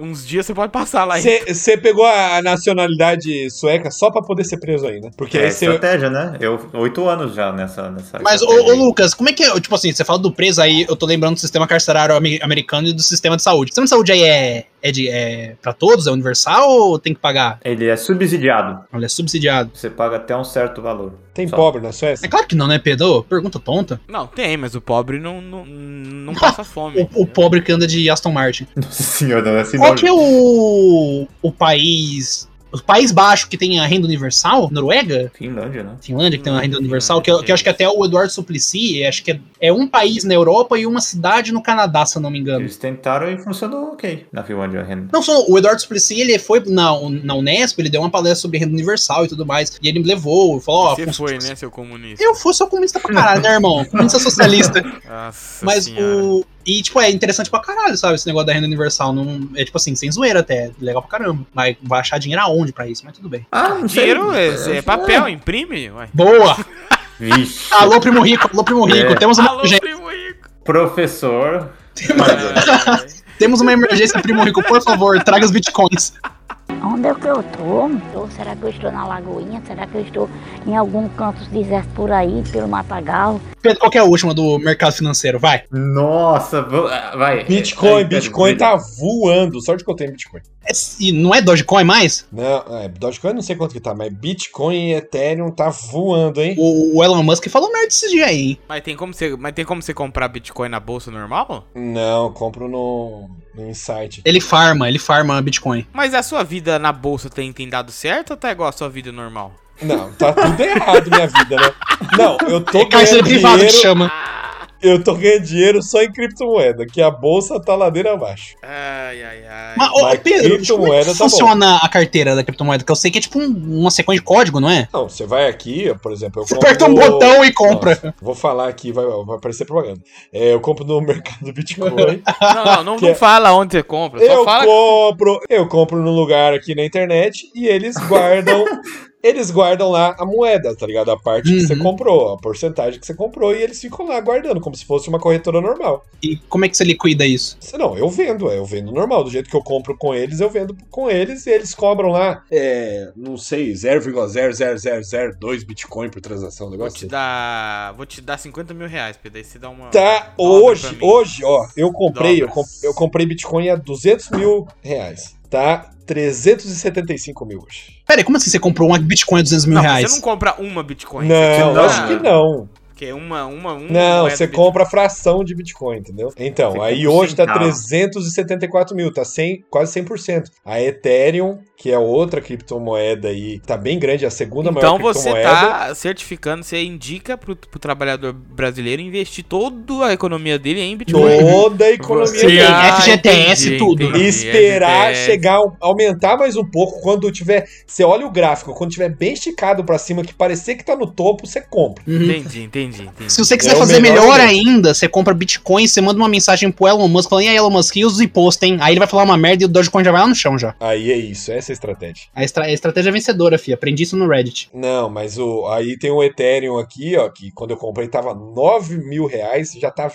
Uns dias você pode passar lá. ainda.
Você pegou a a nacionalidade sueca só pra poder ser preso ainda. Porque
é
aí você.
estratégia, né? Eu, oito anos já nessa. nessa
Mas, ô,
estratégia
ô,
aí.
Lucas, como é que é? Tipo assim, você fala do preso aí, eu tô lembrando do sistema carcerário ame- americano e do sistema de saúde. O sistema de saúde aí é, é, de, é pra todos? É universal ou tem que pagar?
Ele é subsidiado.
Olha, é subsidiado.
Você paga até um certo valor. [laughs]
Tem
Só.
pobre na Suécia?
É claro que não, né, Pedro? Ô, Pergunta tonta.
Não, tem, mas o pobre não, não, não passa fome.
O, o pobre que anda de Aston Martin.
Nossa senhora, não é assim,
Qual
não.
que é o, o país. O País Baixo que tem a renda universal? Noruega?
Finlândia, né?
Finlândia que tem uma renda
Hum,
universal? Que, eu- que eu acho que até o Eduardo Suplicy, acho que é, é um país na Europa e uma cidade no Canadá, se eu não me engano.
Eles tentaram e funcionou ok na Finlândia. a renda.
Não só o Eduardo Suplicy, ele foi na, na Unesp, ele deu uma palestra sobre renda universal e tudo mais. E ele me levou, falou, ó,
Você
cons-
foi, né, seu comunista?
Eu fui só comunista pra caralho, né, irmão? Comunista socialista.
[laughs] Nossa
Mas
senhora.
o. E, tipo, é interessante pra caralho, sabe? Esse negócio da renda universal. Não, é, tipo assim, sem zoeira até. Legal pra caramba. Mas vai achar dinheiro aonde pra isso? Mas tudo bem.
Ah, não sei.
Dinheiro é, é papel, imprime, ué.
Boa!
Vixe.
Alô, primo rico, alô, primo rico.
É.
Temos, uma
Alô,
emergência,
primo
[laughs]
rico.
Professor.
temos uma emergência, primo rico, por favor, traga os bitcoins.
Onde é que eu estou? Será que eu estou na Lagoinha? Será que eu estou em algum canto deserto por aí, pelo Matagal?
Pedro, qual que é a última do mercado financeiro? Vai.
Nossa, va- vai.
Bitcoin,
Aí, pera,
Bitcoin
brilha.
tá voando. Sorte que eu tenho Bitcoin.
É- e não é Dogecoin mais?
Não, é, Dogecoin eu não sei quanto que tá, mas Bitcoin e Ethereum tá voando, hein?
O, o Elon Musk falou merda esses dias aí, hein?
Mas tem como você, mas tem como você comprar Bitcoin na bolsa normal?
Não, compro no, no Insight.
Ele farma, ele farma Bitcoin.
Mas a sua vida na bolsa tem, tem dado certo ou tá igual a sua vida normal?
Não, tá tudo errado minha vida, né? Não, eu tô
É cárcere
ganhando
privado que
dinheiro,
chama.
eu tô ganhando dinheiro só em criptomoeda, que a bolsa tá ladeira abaixo.
Ai, ai, ai.
Mas, ô,
Mas
Pedro, deixa eu ver como é
criptomoeda
que
tá
funciona a carteira da criptomoeda? Que eu sei que é tipo um- uma sequência de código, não é?
Não, você vai aqui, por exemplo, eu
Você
compro
aperta um
no-
botão e compra.
Nossa, vou falar aqui, vai, vai aparecer propaganda. É, eu compro no [laughs] mercado Bitcoin.
Não, não,
[laughs]
não,
Que
não
é-
fala onde você compra. [laughs] Só
eu
fala.
compro, eu compro num lugar aqui na internet e eles
[laughs]
guardam, eles guardam lá a moeda, tá ligado? A parte que você
Uhum.
comprou, a porcentagem que você comprou e eles ficam lá guardando como se fosse uma corretora normal.
E como é que você liquida isso?
Você não, eu vendo, é, eu vendo normal, do jeito que eu compro com eles, eu vendo com eles e eles cobram lá, é, não sei, 0,00002 Bitcoin por transação, um
Vou
negócio.
te
assim.
dar. Vou te dar 50 mil reais, Pedro. Aí você dá uma.
Tá,
dobra pra
hoje,
mim.
hoje, ó, eu comprei, eu,
Dobra.
comp- eu comprei Bitcoin a 200 mil reais, tá? 375 mil hoje.
Pera aí, como assim você comprou um Bitcoin a 200 mil
Não, mas
reais?
você não compra uma Bitcoin.
Não,
não,
acho
né?
que não.
Você que é uma, uma, uma
Não,
moeda
você
Bitcoin.
compra fração de Bitcoin, entendeu? Então,
Você
aí
um
compra
hoje tá
centavo.
374 mil, tá 100, quase 100%. A Ethereum, que é outra criptomoeda aí, tá bem grande, é a segunda
Então
maior
você
criptomoeda.
tá certificando, você indica pro, pro trabalhador brasileiro investir toda a economia dele em Bitcoin.
Uhum.
Toda a economia
Você-
dele.
é
Ah,
FGTS
entendi,
tudo. né?
entendi. Uhum.
E esperar
FGTS.
chegar, aumentar mais um pouco. Quando tiver. Você olha o gráfico, quando tiver bem esticado pra cima, que parecer que tá no topo, você compra.
Entendi, entendi, entendi.
Se você quiser
É o
fazer
melhor
melhor
jeito.
ainda, você compra Bitcoin, você manda uma mensagem pro Elon Musk falando, e aí Elon Musk, e os impostos, hein? Aí ele vai falar uma merda e o Dogecoin já vai lá no chão já.
Aí é isso, essa é a estratégia.
A, estra- a estratégia é vencedora, fi. Aprendi isso no Reddit.
Não, mas o, aí tem um Ethereum aqui, ó, que quando eu comprei tava 9 mil reais, já tá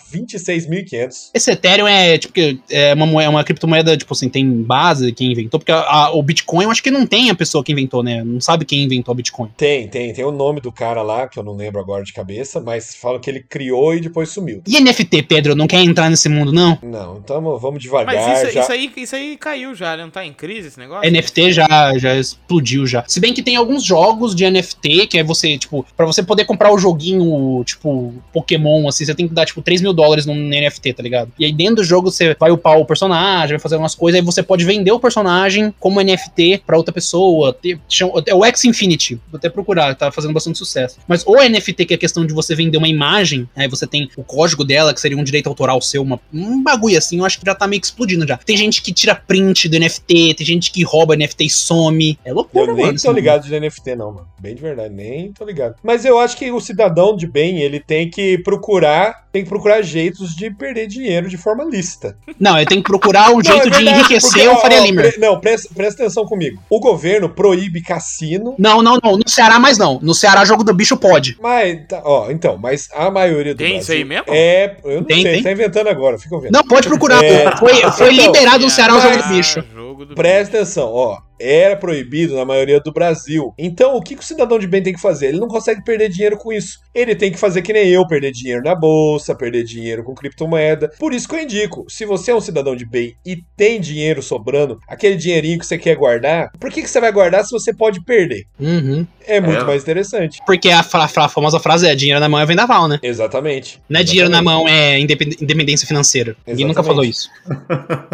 26.500.
Esse Ethereum é, tipo, que é uma, moeda, uma criptomoeda, tipo assim, tem base quem inventou, porque a- a- o Bitcoin eu acho que não tem a pessoa que inventou, né? Não sabe quem inventou o Bitcoin.
Tem, tem, tem o nome do cara lá, que eu não lembro agora de cabeça, mas falam que ele criou e depois sumiu.
E NFT, Pedro, não quer entrar nesse mundo, não?
Não, então vamos devagar.
Mas isso,
já.
isso aí, isso aí caiu já, né? Não tá em crise esse negócio?
NFT já, já explodiu já. Se bem que tem alguns jogos de NFT, que é você, tipo, pra você poder comprar o joguinho, tipo, Pokémon, assim, você tem que dar, tipo, 3 mil dólares num NFT, tá ligado? E aí dentro do jogo você vai upar o personagem, vai fazer umas coisas, aí você pode vender o personagem como NFT pra outra pessoa. Tem- chama- É o X Infinity, vou até procurar, tá fazendo bastante sucesso. Mas o NFT, que é a questão de você vender uma imagem, aí você tem o código dela, que seria um direito autoral seu, uma, um bagulho assim, eu acho que já tá meio que explodindo já. Tem gente que tira print do NFT, tem gente que rouba NFT e some. É loucura,
Eu
mano.
nem
esse
tô
mundo.
ligado de NFT, não, mano. Bem de verdade, nem tô ligado. Mas eu acho que o cidadão de bem, ele tem que procurar, tem que procurar jeitos de perder dinheiro de forma lícita.
Não, eu tenho que procurar um
Não,
jeito
é verdade,
de enriquecer
porque, ó,
o Faria
ó,
Lima.
pre- Não, presta, presta atenção comigo. O governo proíbe cassino,
Não, não, não. No Ceará mais não. No Ceará, jogo do bicho pode.
mas, tá- ó, então, mas a maioria do
Tem
Brasil
isso aí mesmo?
É, eu não
Tem,
sei,
tem.
tá inventando agora, fica ouvindo.
Não, pode procurar.
É.
pô. Foi, foi
Então,
liberado no Ceará é o jogo do
Ah,
bicho.
jogo do
Presta atenção, ó. Era proibido na maioria do Brasil. Então, o que, que o cidadão de bem tem que fazer? Ele não consegue perder dinheiro com isso. Ele tem que fazer que nem eu, perder dinheiro na bolsa, perder dinheiro com criptomoeda. Por isso que eu indico: se você é um cidadão de bem e tem dinheiro sobrando, aquele dinheirinho que você quer guardar, por que, que você vai guardar se você pode perder?
Uhum.
É muito
É.
mais interessante.
Porque a, fra- fra- famosa frase é dinheiro na mão é vendaval, né?
Exatamente.
Não é dinheiro na
Exatamente.
mão, é independ- independência financeira. Ninguém nunca
Exatamente.
falou isso.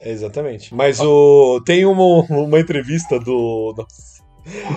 É, Exatamente. Mas o tem uma, uma entrevista do. Nossa,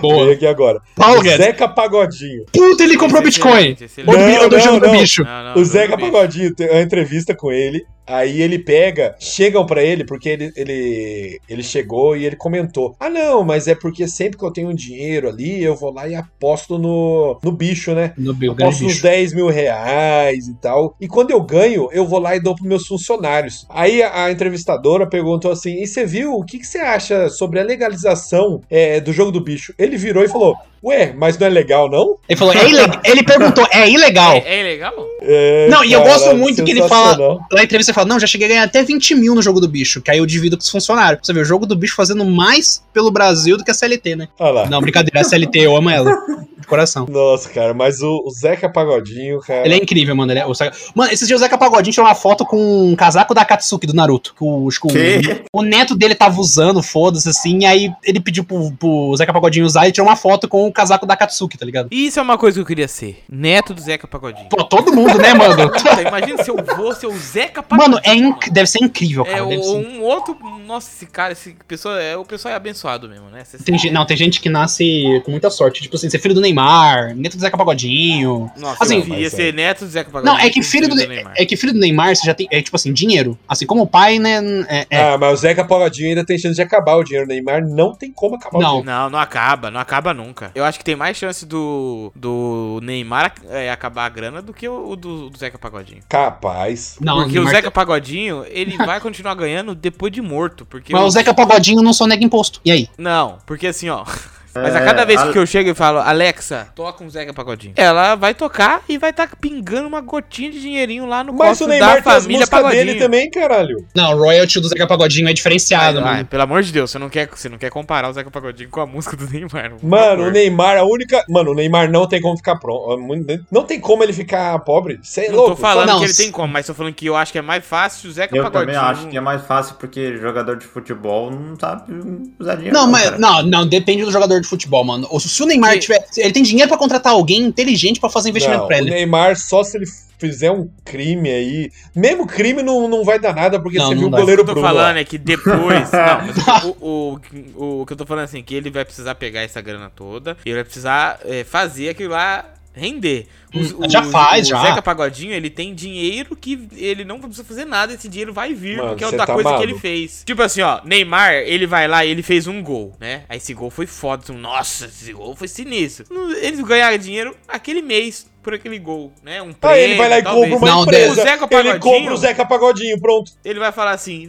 veio
Boa.
aqui agora.
Paulo
Do
Guedes.
Zeca Pagodinho.
Puta, ele comprou Bitcoin.
Excelente, excelente.
Ou do, bi-
Não,
ou do
não,
jogo do
não.
bicho.
Não, Ah, não, jogo
O
do
Zeca
bicho.
Pagodinho tem uma entrevista com ele. Aí ele pega, chegam pra ele, porque ele, ele, ele chegou e ele comentou: Ah, não, mas é porque sempre que eu tenho dinheiro ali, eu vou lá e aposto no, no bicho, né?
No bi- o grande
Aposto uns
bicho.
10 mil reais e tal. E quando eu ganho, eu vou lá e dou pros meus funcionários. Aí a, a entrevistadora perguntou assim: E você viu? O que, que você acha sobre a legalização é, do jogo do bicho? Ele virou e falou: Ué, mas não é legal, não? [laughs]
Ele falou, é ilegal. Ele perguntou, é ilegal.
É, é legal?
É,
Não, e eu gosto
caralho,
muito que ele fala-
sensacional.
Lá na entrevista ele fala, não, já cheguei a ganhar até 20 mil no jogo do bicho, que aí eu divido com os funcionários. Pra Você vê, o jogo do bicho fazendo mais pelo Brasil do que a CLT, né?
Olha lá.
Não, brincadeira, a CLT, eu amo ela. De coração.
Nossa, cara, mas o, o Zeca Pagodinho, cara.
Ele é incrível, mano. Ele é- o Zeca- Mano, esses dias o Zeca Pagodinho tirou uma foto com um casaco da Katsuki do Naruto. Que o,
tá
acho que o-
Que?
o neto dele tava usando, foda-se, assim. E aí ele pediu pro, pro Zeca Pagodinho usar e tirou uma foto com o casaco da Katsuki, tá ligado?
Isso é uma coisa que eu queria ser. Neto do Zeca Pagodinho.
Pô, todo mundo, né, mano?
Puta, imagina se eu vou ser o Zeca Pagodinho.
[laughs] Mano, é inc- deve ser incrível, cara.
É
deve
ou
ser...
um outro. Nossa, esse cara, esse pessoa, é, o pessoal é abençoado mesmo, né? Cê-
Tem gente, não, tem gente que nasce com muita sorte. Tipo assim, ser filho do Neymar, neto do Zeca Pagodinho.
Nossa,
assim,
eu queria
mas
ser neto do Zeca Pagodinho.
Não, é que
e
filho do,
Neymar.
é que filho do Neymar você já tem. É tipo assim, dinheiro. Assim como o pai, né? É, é.
Ah, mas o Zeca Pagodinho ainda tem chance de acabar o dinheiro. O Neymar não tem como acabar o
Não.
dinheiro.
Não, não acaba, não acaba nunca. Eu acho que tem mais chance do, do Neymar é, acabar a grana do que o, o do, do Zeca Pagodinho.
Capaz.
não,
porque o
Neymar- tá-
Zeca Pagodinho,
[laughs]
ele vai continuar ganhando depois de morto. Porque
Mas o Zeca Pagodinho não só nega imposto. E aí?
Não, porque assim, ó. Mas a
É,
cada vez
a-
que eu chego e falo, Alexa, toca um Zeca Pagodinho. Ela vai tocar e vai estar pingando uma gotinha de dinheirinho lá no
Mas
cofre
o Neymar
da
tem as
família
músicas dele
Pagodinho.
também, caralho.
Não, o royalty do Zeca Pagodinho é diferenciado,
Ai,
mano.
pelo amor de Deus, você não quer, você não quer comparar o Zeca Pagodinho com a música do Neymar. por
Mano, o
favor.
Neymar, a única. Mano, o Neymar não tem como ficar pronto. né, Não tem como ele ficar pobre. Você é
Não
louco.
tô falando
Não,
que ele
se-
tem como, mas tô falando que eu acho que é mais fácil o Zeca
Eu
Pagodinho.
também acho que é mais fácil porque jogador de futebol não sabe usar dinheiro.
Não, mas
É, um cara.
não, não, depende do jogador de futebol, mano. Ou se o Neymar
Que-
tiver. Ele tem dinheiro pra contratar alguém inteligente pra fazer investimento
Não,
pra
o
ele.
Neymar, só se ele fizer um crime aí. Mesmo crime não, não vai dar nada, porque
Não,
você
não
viu o
dá.
goleiro
eu tô
Bruno. lá.
falando é que
[laughs]
depois. não, mas o, o, o, o que eu tô falando assim, que ele vai precisar pegar essa grana toda e ele vai precisar é, fazer aquilo lá render. Os-
Hum, já faz,
o
já.
Zeca Pagodinho, ele tem dinheiro que ele não precisa fazer nada, esse dinheiro vai vir,
Mano,
porque é
cê
outra
tá
coisa que
maluco.
ele fez. Tipo assim, ó, Neymar, ele vai lá e ele fez um gol, né? Aí esse gol foi foda, assim, nossa, esse gol foi sinistro. Não- Eles ganharam dinheiro aquele mês por aquele gol, né? Um prêmio,
Aí Ah, ele vai lá e compra
talvez.
uma
Não,
empresa.
O Zeca
ele
Pagodinho-
compra o Zeca Pagodinho, pronto.
Ele vai falar assim,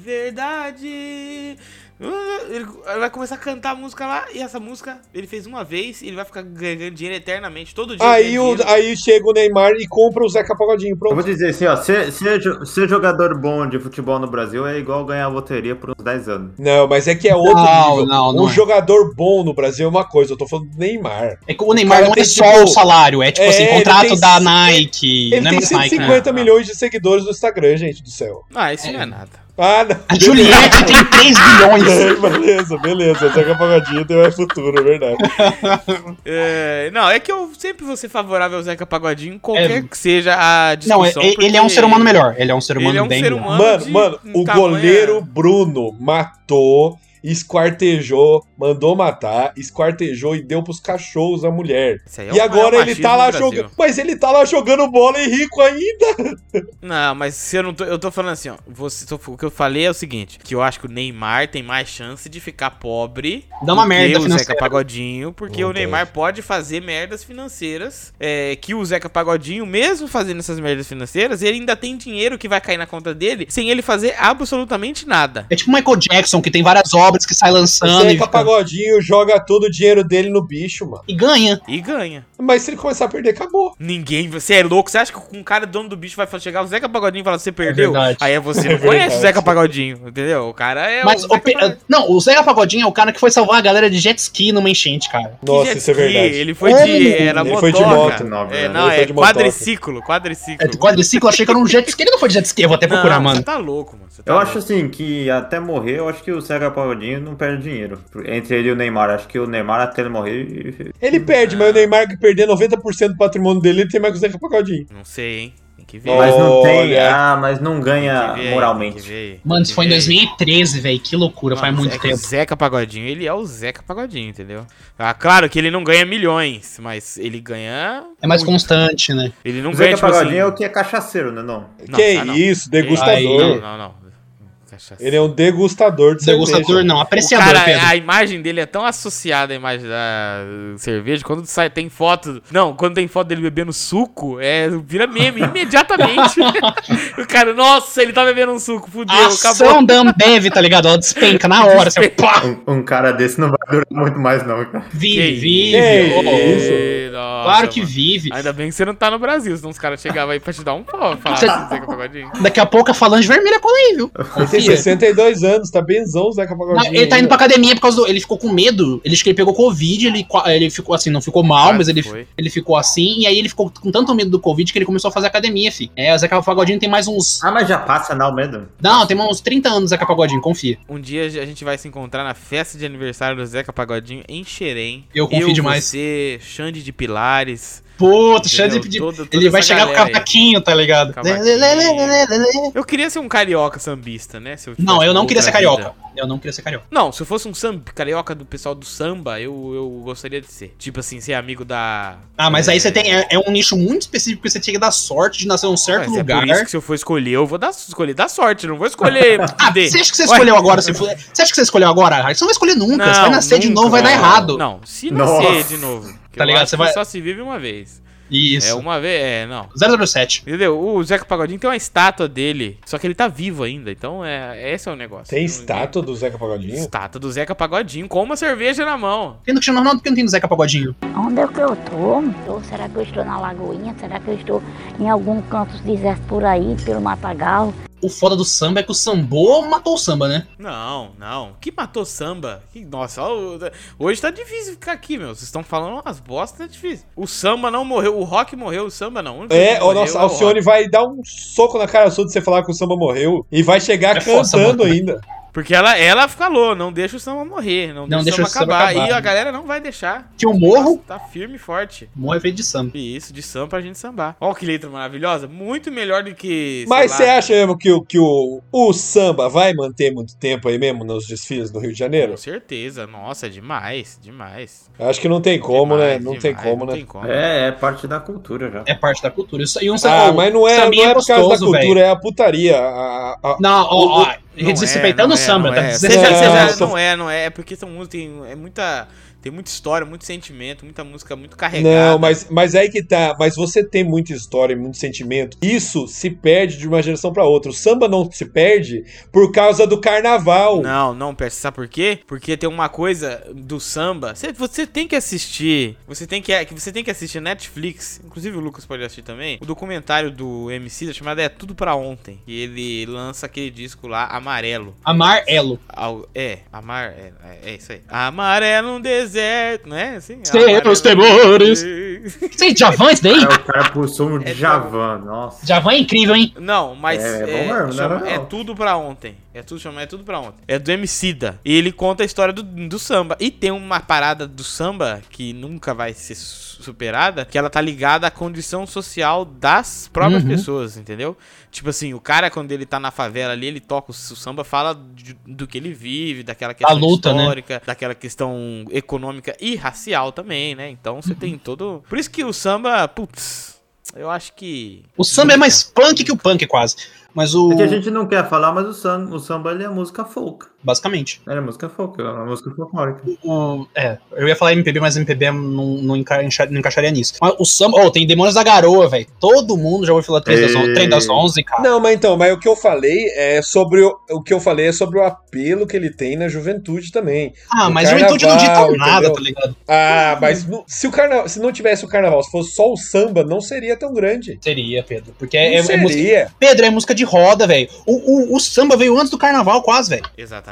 verdade. Ah, Ele vai começar a cantar a música lá e essa música ele fez uma vez e ele vai ficar ganhando dinheiro eternamente, todo dia. ele
Aí,
ganha
o,
dinheiro.
aí chega o Neymar e compra o Zeca Pagodinho,
Eu vou
pronto.
dizer assim, ó, ser, ser, jo- ser jogador bom de futebol no Brasil é igual ganhar loteria por uns 10 anos.
Não, mas é que é outro
Não,
nível.
não, não
um
é.
jogador bom no Brasil é uma coisa, eu tô falando do Neymar.
É que o Neymar
cara
não é
tem,
só
tipo,
o salário, é tipo
é,
assim,
ele
contrato
tem
da
c-
Nike.
Ele
não
tem
é mais Nike, né?
150 milhões de seguidores no Instagram, gente do céu.
Ah, isso não é nada.
Ah, não.
A Juliette tem 3 bilhões.
[laughs] beleza, beleza. Zeca Pagodinho tem mais futuro, é verdade.
É, não, é que eu sempre vou ser favorável ao Zeca Pagodinho, qualquer
É.
que seja a discussão.
Não, é- é- ele é um
porque
ser humano melhor. Ele é um ser humano
Ele é um
bem
ser
melhor.
humano.
Mano,
de
mano,
um
o
tamanho-
goleiro Bruno matou, esquartejou, mandou matar, esquartejou e deu pros cachorros a mulher.
Isso aí é
e
um- é um
agora ele
machismo
tá lá
no Brasil.
jogando. Mas ele tá lá jogando bola e rico ainda.
Não, mas se eu não tô. Eu tô falando assim, ó. Você, tô- o que eu falei é o seguinte: que eu acho que o Neymar tem mais chance de ficar pobre.
Dá uma
do que
merda
o Zeca
financeira.
Pagodinho, porque
Não
o Neymar pode fazer merdas financeiras. é, que o Zeca Pagodinho, mesmo fazendo essas merdas financeiras, ele ainda tem dinheiro que vai cair na conta dele sem ele fazer absolutamente nada.
É tipo o Michael Jackson, que tem várias obras que sai lançando e,
Zeca
fica-
Pagodinho joga todo o dinheiro dele no bicho, mano.
e ganha.
E ganha.
Mas se ele começar a perder, acabou.
Ninguém. Você é louco? Você acha que um cara dono do bicho vai chegar o Zeca Pagodinho e falar: você perdeu?
verdade.
Aí é
[laughs]
você não
É
conhece o
verdade.
Zeca Pagodinho, entendeu? O cara é.
Mas
o
o
Zeca
pe-
Pagodinho.
não, o Zeca Pagodinho é o cara que foi salvar a galera de jet ski numa enchente, cara.
Nossa,
jet
isso é
ski,
verdade.
Ele foi
Como?
de. Era
Ele
motoca.
foi de moto,
não,
É,
velho.
não,
Ele foi
é
de motoca.
quadriciclo, quadriciclo.
É, do quadriciclo, achei que era um jet ski. Ele não foi de jet ski, eu vou até
Não,
procurar,
Você
mano.
tá louco, mano. Você tá
Eu
louco.
acho assim que até morrer, eu acho que o Sérgio Pagodinho não perde dinheiro. Entre ele e o Neymar. Acho que o Neymar até ele morrer.
Ele perde, mas o Neymar que perder 90% do patrimônio dele, ele tem mais que o Zeca Pagodinho.
Não sei, hein? Tem que ver.
Mas não tem.
Olha.
Ah, mas não ganha
Tem que ver aí, tem que
moralmente.
ver aí,
Mano,
tem
isso
que
foi em
ver aí.
2013, velho. Que loucura, faz
Mano,
muito
é que O
tempo.
Zeca Pagodinho, ele é o Zeca Pagodinho, entendeu? Ah, claro que ele não ganha milhões, mas ele ganha.
É mais
muito.
constante, né?
Ele
O
não ganha tipo
Zeca Pagodinho
assim.
é o que é cachaceiro, né? Não.
Não,
que
ah, não.
isso,
Aí,
degustador.
Não, não, não. Cachaça.
Ele é um degustador de
Degustador
cerveja.
não,
O
apreciador,
cara,
Pedro.
a imagem dele é tão associada à imagem da uh, cerveja, quando sai, tem foto. Não, quando tem foto dele bebendo suco, é, vira meme
[laughs]
imediatamente. o cara, nossa, ele tá bebendo um suco,
A
fudeu, acabou.
ação da Ambev, tá ligado? Ela despenca na hora. Assim, pá,
Um, um cara desse não vai durar muito mais, não, cara.
vive,
Que
vive.
isso?
ô,
isso?
Ê, nossa,
Claro que
mano.
vive.
Ainda bem que você não tá no Brasil, senão os caras chegavam aí pra te dar um pau. Falar,
Você-
"Você quer pagodinho?"
Daqui a pouco a falange vermelha cola aí, viu?
Ele tem
Confia.
62 anos, tá benzão o Zeca
Não,
Pagodinho.
ele tá indo
ainda.
pra academia por causa do. Ele ficou com medo. Ele acho que ele pegou Covid, ele, qua- ele ficou assim, não ficou mal,
Quase
mas ele,
foi.
ele ficou assim. E aí ele ficou com tanto medo do Covid que ele começou a fazer academia, fi. É, o Zeca Pagodinho tem mais uns.
Ah, mas já passa, não, medo.
Não, tem uns 30 anos, Zeca Pagodinho, confia.
Um dia a gente vai se encontrar na festa de aniversário do Zeca Pagodinho em Xerém.
Eu confio demais.
Você, Xande de Pilares.
Puta, Xande
entendeu?
de
Toda- toda
Ele vai
essa
chegar com o
galera aí.
cavaquinho, tá ligado?
Cavaquinho. Eu queria ser um carioca sambista, né? se tivesse
Não, eu não
outra
queria ser
vida.
carioca. Eu não queria ser carioca.
Não, se eu fosse um samba, carioca do pessoal do samba, eu, eu gostaria de ser. Tipo assim, ser amigo da.
Ah, mas aí
É.
você tem. É, é um nicho muito específico que você tinha que dar sorte de nascer em um certo
Mas
lugar.
É por isso que se eu for escolher, eu vou dar, escolher dar sorte, não vou escolher.
[laughs] Ah,
fuder.
você acha que você
Ué,
escolheu agora? se fuder? Você acha que você escolheu agora? Harry? Você não vai escolher nunca. você vai
não,
nascer de
nunca,
novo, vai dar
não.
errado.
Não, se
Nossa.
nascer de novo. que
Tá
eu
ligado?
acho
Você
que
vai-
Só se vive uma vez. É
Isso.
uma vez. É, não.
007.
Entendeu? O Zeca Pagodinho tem uma estátua dele, só que ele tá vivo ainda, então é, esse é o negócio.
Tem
Não-
estátua do Zeca Pagodinho?
Estátua do Zeca Pagodinho com uma cerveja na mão.
Tem no Cristiano Ronaldo porque não tem no Zeca Pagodinho.
Onde é que eu tô? Ou será que eu estou na Lagoinha? Será que eu estou em algum canto deserto por aí, pelo Matagal?
O foda do samba é que o sambô matou o samba, né?
Não, não. Que matou samba? Que- nossa, ó, o- hoje tá difícil ficar aqui, meu. Vocês estão falando umas bostas, tá difícil. O samba não morreu, o rock morreu, o samba não. O único que
É,
morreu
o nosso
é
Alcione vai dar um soco na cara sua de você falar que o samba morreu e vai chegar
É foda,
cantando
mano.
ainda.
rock. Porque ela, ela falou, não deixa o samba morrer, não, deixa o
Não deixa o
samba
samba
acabar.
acabar,
E a
né?
galera não vai deixar.
Que eu morro,
Tá firme e forte.
morro é feito de samba.
E isso, de samba pra gente sambar. Ó, que letra maravilhosa. Muito melhor do que. sei
Mas é
lá,
você acha mesmo que, o- que o, o samba vai manter muito tempo aí mesmo nos desfiles do Rio de Janeiro?
Com certeza, nossa, é demais, demais. É
Acho que não tem como, né?
Demais,
Não tem
demais,
como,
não
né?
tem como.
É, é parte da cultura já.
É parte da cultura. Isso, e um
Ah,
ô,
mas não é,
sambinha
não é por causa da
gostoso,
cultura,
velho.
é a putaria. A, a-
Não, ó, ó,
Não é,
desrespeitando
não
o samba,
não
tá
é. Seja,
desrespeitando
Não,
o
seja,
samba.
não é, não é. É porque são músicas, tem, é muita, tem muita história, muito sentimento, muita música muito carregada.
Não, mas, mas aí que tá. Mas você tem muita história, e muito sentimento. Isso se perde de uma geração pra outra. O samba não se perde por causa do carnaval.
Não, não, Percy, sabe por quê? Porque tem uma coisa do samba. Você, você tem que assistir. Você tem que, que você tem que assistir Netflix. Inclusive o Lucas pode assistir também. O documentário do MC chamado É Tudo Pra Ontem. E ele lança aquele disco lá, amarelo.
Amar Elo.
Al- é, amar. É, é- é isso aí. Amarelo um deserto, né? Assim,
Sei,
amarelo-
os temores. Você já vai isso daí?
É, o cara pulsou um
É,
Javan, nossa.
Já vai incrível, hein?
Não, mas
É,
é,
bom mesmo,
chama-
não, não.
é tudo pra ontem. É tudo chama, é tudo pra ontem. É do Emicida. E ele conta a história do, do samba. E tem uma parada do samba que nunca vai ser su- superada, que ela tá ligada à condição social das próprias
Uhum.
pessoas, entendeu? Tipo assim, o cara quando ele tá na favela ali, ele toca o s- o samba, fala de- do que ele vive, daquela questão
luta, né?
histórica, daquela questão econômica e racial também, né? Então
Uhum.
você tem todo. Por isso que o samba, putz, eu acho que
O samba é mais punk que o punk, quase. Mas o.
É que a gente não quer falar, mas o samba, o samba ele é música folk.
Basicamente.
Ele é música folk, é uma música folclórica.
O, é, eu ia falar MPB, mas MPB não, não, enca- encha- não encaixaria nisso. Mas o samba. Ô, tem Demônios da Garoa, velho. Todo mundo já ouviu falar 3 das, on-
Ei.
Trem das 11, cara.
Não, mas então, mas o que eu falei é sobre o, o que eu falei é sobre o apelo que ele tem na juventude também.
ah,
do
mas o Intude não dita
carnaval,
nada,
entendeu?
tá ligado?
Ah, mas no- se o carnaval, se não tivesse o carnaval, se fosse só o samba, não seria tão grande.
Seria, Pedro. Porque
Não
é, é música.
seria.
Pedro, é música de roda, velho. O, o, o samba veio antes do carnaval, quase, velho.
exatamente.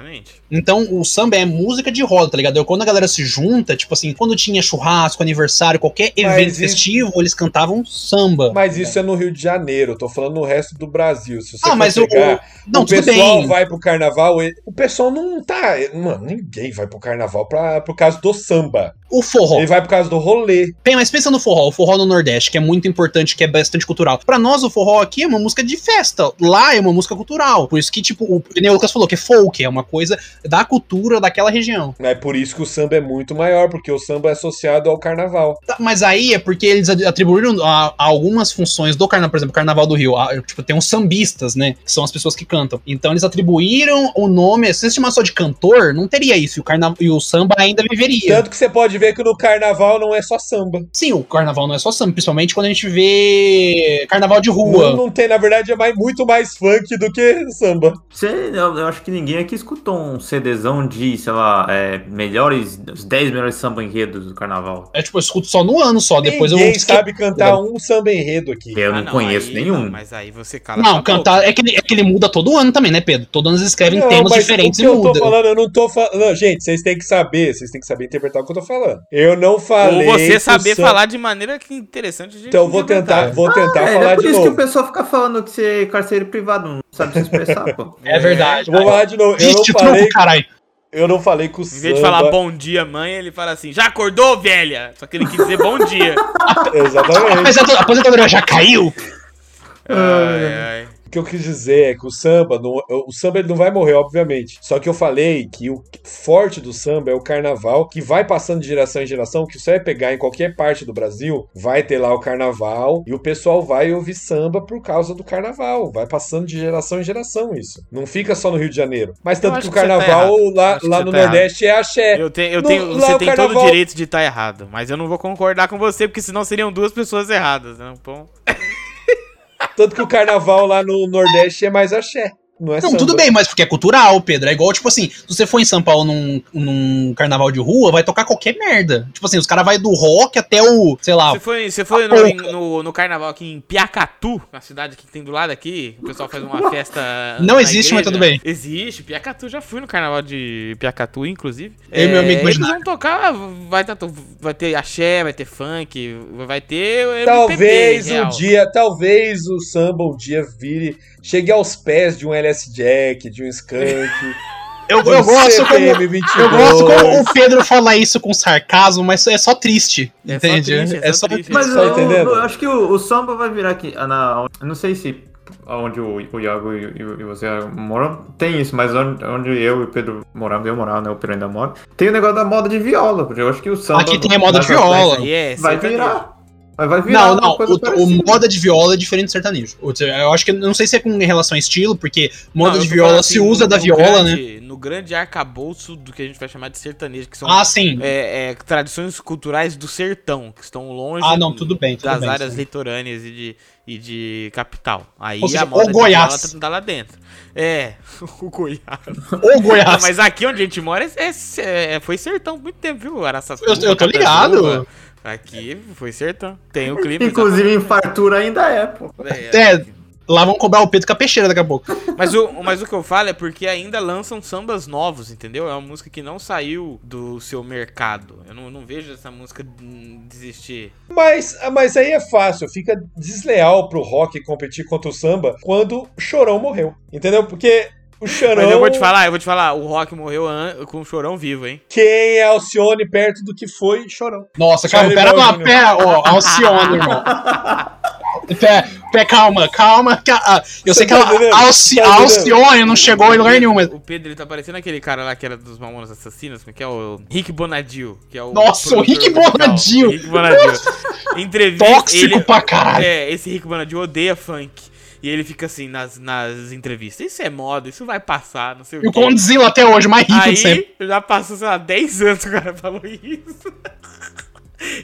Então, o samba é música de roda, tá ligado? Eu- Quando a galera se junta, tipo assim, quando tinha churrasco, aniversário, qualquer evento
isso-
festivo, eles cantavam samba.
Mas isso é no Rio de Janeiro, eu tô falando no resto do Brasil. Se você
ah,
for
mas o.
pegar,
o- Não,
o
tudo
pessoal
bem.
vai pro carnaval, ele- o pessoal não tá. Mano, ninguém vai pro carnaval pra, por causa do samba.
O forró.
Ele vai por causa do rolê.
Bem, mas pensa no forró, o forró no Nordeste, que é muito importante, que é bastante cultural. Pra nós, o forró aqui é uma música de festa. Lá é uma música cultural. Por isso que, tipo, o que nem o Lucas falou, que é folk, é uma coisa da cultura daquela região.
É por isso que o samba é muito maior, porque o samba é associado ao carnaval.
Tá, Mas aí é porque eles ad- atribuíram a, a algumas funções do carnaval, por exemplo, Carnaval do Rio. a- tipo, tem uns sambistas, né? Que são as pessoas que cantam. Então eles atribuíram o nome. Se eles chamassem só de cantor, não teria isso. E o, carna, e o samba ainda viveria.
Tanto que você pode ver que no carnaval não é só samba.
Sim, o carnaval não é só samba, principalmente quando a gente vê carnaval de rua.
Não, não tem, na verdade, é mais, muito mais funk do que samba.
Você, eu, eu acho que ninguém aqui escutou um CDzão de, sei lá, é, melhores, os 10 melhores samba enredos do carnaval.
É tipo, eu escuto só no ano só, depois
Ninguém
eu
sabe cantar um samba enredo aqui.
Eu
Ah,
não, conheço
aí
nenhum.
não, mas aí você cala
Não,
sua boca.
cantar é que, ele, é que ele muda todo ano também, né, Pedro? Todo ano eles escrevem
Não,
temas
mas
diferentes
o
e
que eu tô
muda.
falando, eu não tô falando. Gente, vocês têm que saber, vocês têm que saber interpretar o que eu tô falando. Eu não falei.
Ou você
que o
saber
samba-
falar de maneira que interessante. de
é Então vou tentar,
interpretar.
vou tentar
É,
falar
é por
de
isso que o
novo.
pessoal fica falando que você é carcereiro privado, não sabe se expressar, pô.
[laughs] É verdade.
Eu vou falar de novo. Eu não
Existe
falei,
truco, caralho.
eu não falei que o
Em
samba.
vez de falar bom dia, mãe, ele fala assim, já acordou, velha? Só que ele quis dizer bom
[laughs]
dia.
Exatamente.
Apesar do- A aposentadoria já caiu.
ai, ai.
o que eu quis dizer é que o samba, não, o samba ele não vai morrer, obviamente. Só que eu falei que o forte do samba é o carnaval, que vai passando de geração em geração, que você vai pegar em qualquer parte do Brasil, vai ter lá o carnaval e o pessoal vai ouvir samba por causa do carnaval. Vai passando de geração em geração isso. Não fica só no Rio de Janeiro. Mas tanto
acho
que o
que você tá
carnaval lá,
Acho que
lá
você
no
tá
Nordeste é axé.
Eu tenho, eu
No-
tenho,
lá
você
o
tem todo
carnaval-
o direito de estar errado, mas eu não vou concordar com você, porque senão seriam duas pessoas erradas, né? Bom,
Tanto que o carnaval lá no Nordeste é mais axé. Não é
Não,
samba.
tudo bem, mas porque é cultural, Pedro. É igual, tipo assim, se você for em São Paulo num, num carnaval de rua, vai tocar qualquer merda. Tipo assim, os caras vai do rock até o, sei lá,
Você foi, você foi
Ah,
no, em- no, no carnaval aqui em Piacatu, na cidade que tem do lado aqui, o pessoal faz uma festa.
Não
na
existe, mas
igreja.
tudo bem.
Existe, Piacatu, já fui no carnaval de Piacatu, inclusive. É,
Eu e meu amigo
eles
imaginário.
vão tocar, vai, tá- vai ter axé, vai ter funk, vai ter. MPB
Talvez um
real.
dia, talvez o
[laughs]
samba um dia vire, chegue aos pés de um LS Jack, de um Skank,
Eu,
do
eu gosto como,
CPM 22.
eu gosto como o Pedro fala isso com sarcasmo, mas é só triste.
É só
entende?
triste, é
é
só
só
triste.
Mas
Tá
eu,
entendendo?
eu acho que o, o samba vai virar aqui. ah, Na, eu não sei se onde o, o Iago e, e- e você moram tem isso, mas onde, onde eu e o Pedro moramos, eu morava, né? O Pedro ainda mora. Tem o negócio da moda de viola, porque eu acho que o samba.
Aqui tem a moda
mais
de
pra frente
viola.
Aí é
Vai
sertanejo.
virar. Mas vai virar.
Não,
uma
não,
coisa
o, o
parecida.
moda de viola é diferente do sertanejo. O- Eu acho que, não sei se é com relação a estilo, porque moda
Não, eu
de
tô
viola
falando
se
assim,
usa
no-
da
no
viola, né?
grande- No grande arcabouço do que a gente vai chamar de sertanejo, que são
Ah, sim.
é, é, tradições culturais do sertão, que estão longe
Ah, não, tudo bem, tudo
das
bem,
áreas
sim.
litorâneas e de, e de capital. Aí
Ou seja,
a moda
o
de
Goiás.
viola tá, tá lá dentro. É, [laughs] o Goiás.
Ou
É. [laughs] Não,
Goiás.
mas aqui onde a gente mora é, é- é- foi sertão por muito tempo, viu? Araçatuba,
Eu- eu tô
Catatumba.
ligado.
Aqui foi sertão. Tem o clima.
Inclusive, em fartura ainda é, pô.
exatamente. É,
É, lá vão cobrar o Pedro com a peixeira daqui a pouco.
Mas o, mas o que eu falo é porque ainda lançam sambas novos, entendeu? É uma música que não saiu do seu mercado. Eu não, não vejo essa música hum, desistir.
Mas, mas aí é fácil, fica desleal pro rock competir contra o samba quando Chorão morreu. Entendeu? Porque o Chorão.
Mas eu vou te falar, eu vou te falar, o rock morreu an- com o chorão vivo, hein?
Quem é Alcione perto do que foi Chorão?
Nossa, calma,
Charlie
pera
Brown
lá,
Jr.
pera, ó, Alcione, irmão. Pera, pera, calma, calma. ca- ah, eu
Você
sei que
tá
ela,
entendendo?
Alci-
Tá entendendo?
Alcione não chegou em lugar nenhum, mas.
O Pedro, ele tá parecendo aquele cara lá que era dos Mamonas Assassinos, que é o Rick Bonadio. Que é o
Nossa, o Rick
produtor musical.
Bonadio.
Rick Bonadio. Entrevista.
Tóxico
ele-
pra caralho.
É, esse Rick Bonadio odeia funk. E ele fica assim nas, nas entrevistas. Isso é moda, isso vai passar, não sei
E
o
o
quê.
Condzilla até hoje, mais rico de sempre.
Aí, já passou, sei lá, 10 anos que o cara falou isso. [laughs]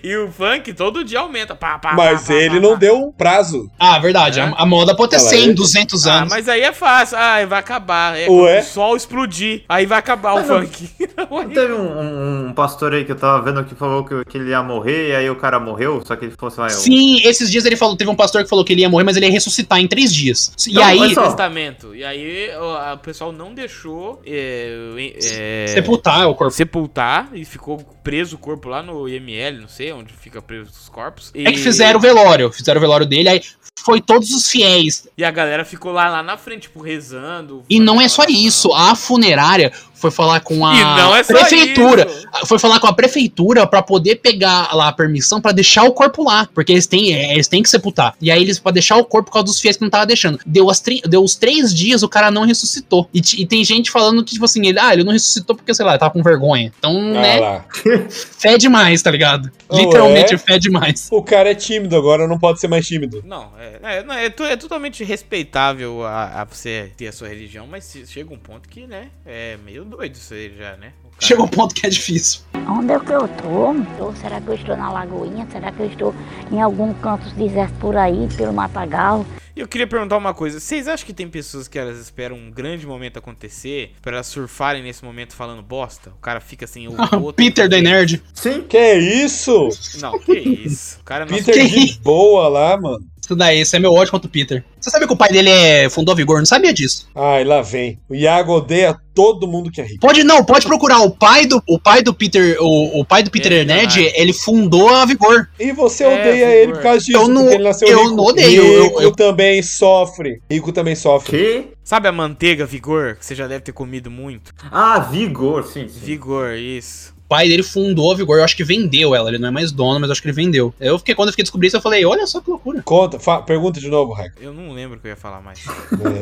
E o funk todo dia aumenta. Pá, pá,
Mas
pá, pá, pá,
ele não
pá.
deu um prazo.
Ah, verdade. A, a moda pode ter
Fala
100,
aí.
200
né? Ah,
anos.
mas aí é fácil. Ah, vai acabar. É,
Ué?
quando o sol explodir. Aí vai acabar o
Mas não-
funk. [laughs] Ué.
Teve um, um- um pastor aí que eu tava vendo que falou que, que ele ia morrer, e aí o cara morreu, só que ele assim, fosse lá. eu-
Sim, esses dias ele falou, teve um pastor que falou que ele ia morrer, mas ele ia ressuscitar em três dias. E
Então,
aí,
olha só.
testamento. E aí o a- o pessoal não deixou é, é,
sepultar o corpo.
sepultar e ficou preso o corpo lá no IML, não sei onde fica preso os corpos. E,
É que fizeram o velório, fizeram o velório dele, aí foi todos os fiéis.
E a galera ficou lá, lá na frente, tipo, rezando.
E não é só isso, a funerária foi falar com a
E não é só
prefeitura.
isso.
Foi falar com a prefeitura pra poder pegar lá a permissão pra deixar o corpo lá, porque eles têm, é, eles têm que sepultar. E aí eles pra deixar o corpo por causa dos fiéis que não tava deixando. Deu, as tri- deu os três dias, o cara não ressuscitou. E, ti- e tem gente falando que tipo assim, ele, ah, ele não ressuscitou porque sei lá, tava com vergonha. Então, né?
Ah lá.
Fé demais, tá ligado?
Ué?
Literalmente fé demais. [laughs]
O cara é tímido agora, não pode ser mais tímido.
Não, é, é, não, é, to- é totalmente respeitável a, a você ter a sua religião, mas se- chega um ponto que, né, é meio doido isso aí já, né? O cara-
Chega um ponto que é difícil. [laughs]
Onde é que eu tô? Ou será que eu estou na Lagoinha? Será que eu estou em algum canto deserto por aí, pelo Matagal?
E eu queria perguntar uma coisa. Vocês acham que tem pessoas que elas esperam um grande momento acontecer pra elas surfarem nesse momento falando bosta? O cara fica assim, o outro- assim,
Peter the Nerd.
Sim.
Que isso?
Não, que isso. O cara não
Peter de boa lá, mano.
Isso daí, isso é meu ódio contra o Peter. Você sabe que o pai dele é fundou a Vigor, não sabia disso.
Ai, lá vem. O Iago odeia todo mundo que é rico.
Pode não, pode procurar o pai do o pai do Peter, o, o pai do Peter
É,
Nerd,
verdade.
ele fundou a Vigor.
E você
É,
odeia
por
ele
favor.
por causa disso,
Eu não-
porque ele nasceu
eu
rico.
não odeio, eu-
Rico
eu-
também sofre. Rico também sofre.
Que?
Sabe a manteiga Vigor? Que você já deve ter comido muito.
Ah, vigor, sim. sim.
Vigor, isso.
O pai dele fundou a Vigor, eu acho que vendeu ela, ele não é mais dono, mas eu acho que ele vendeu. Eu fiquei quando eu fiquei descobrindo isso, eu falei, olha só que loucura.
Conta, fa- pergunta de novo,
[laughs]
É, Raik.
Eu não lembro o que eu ia falar mais.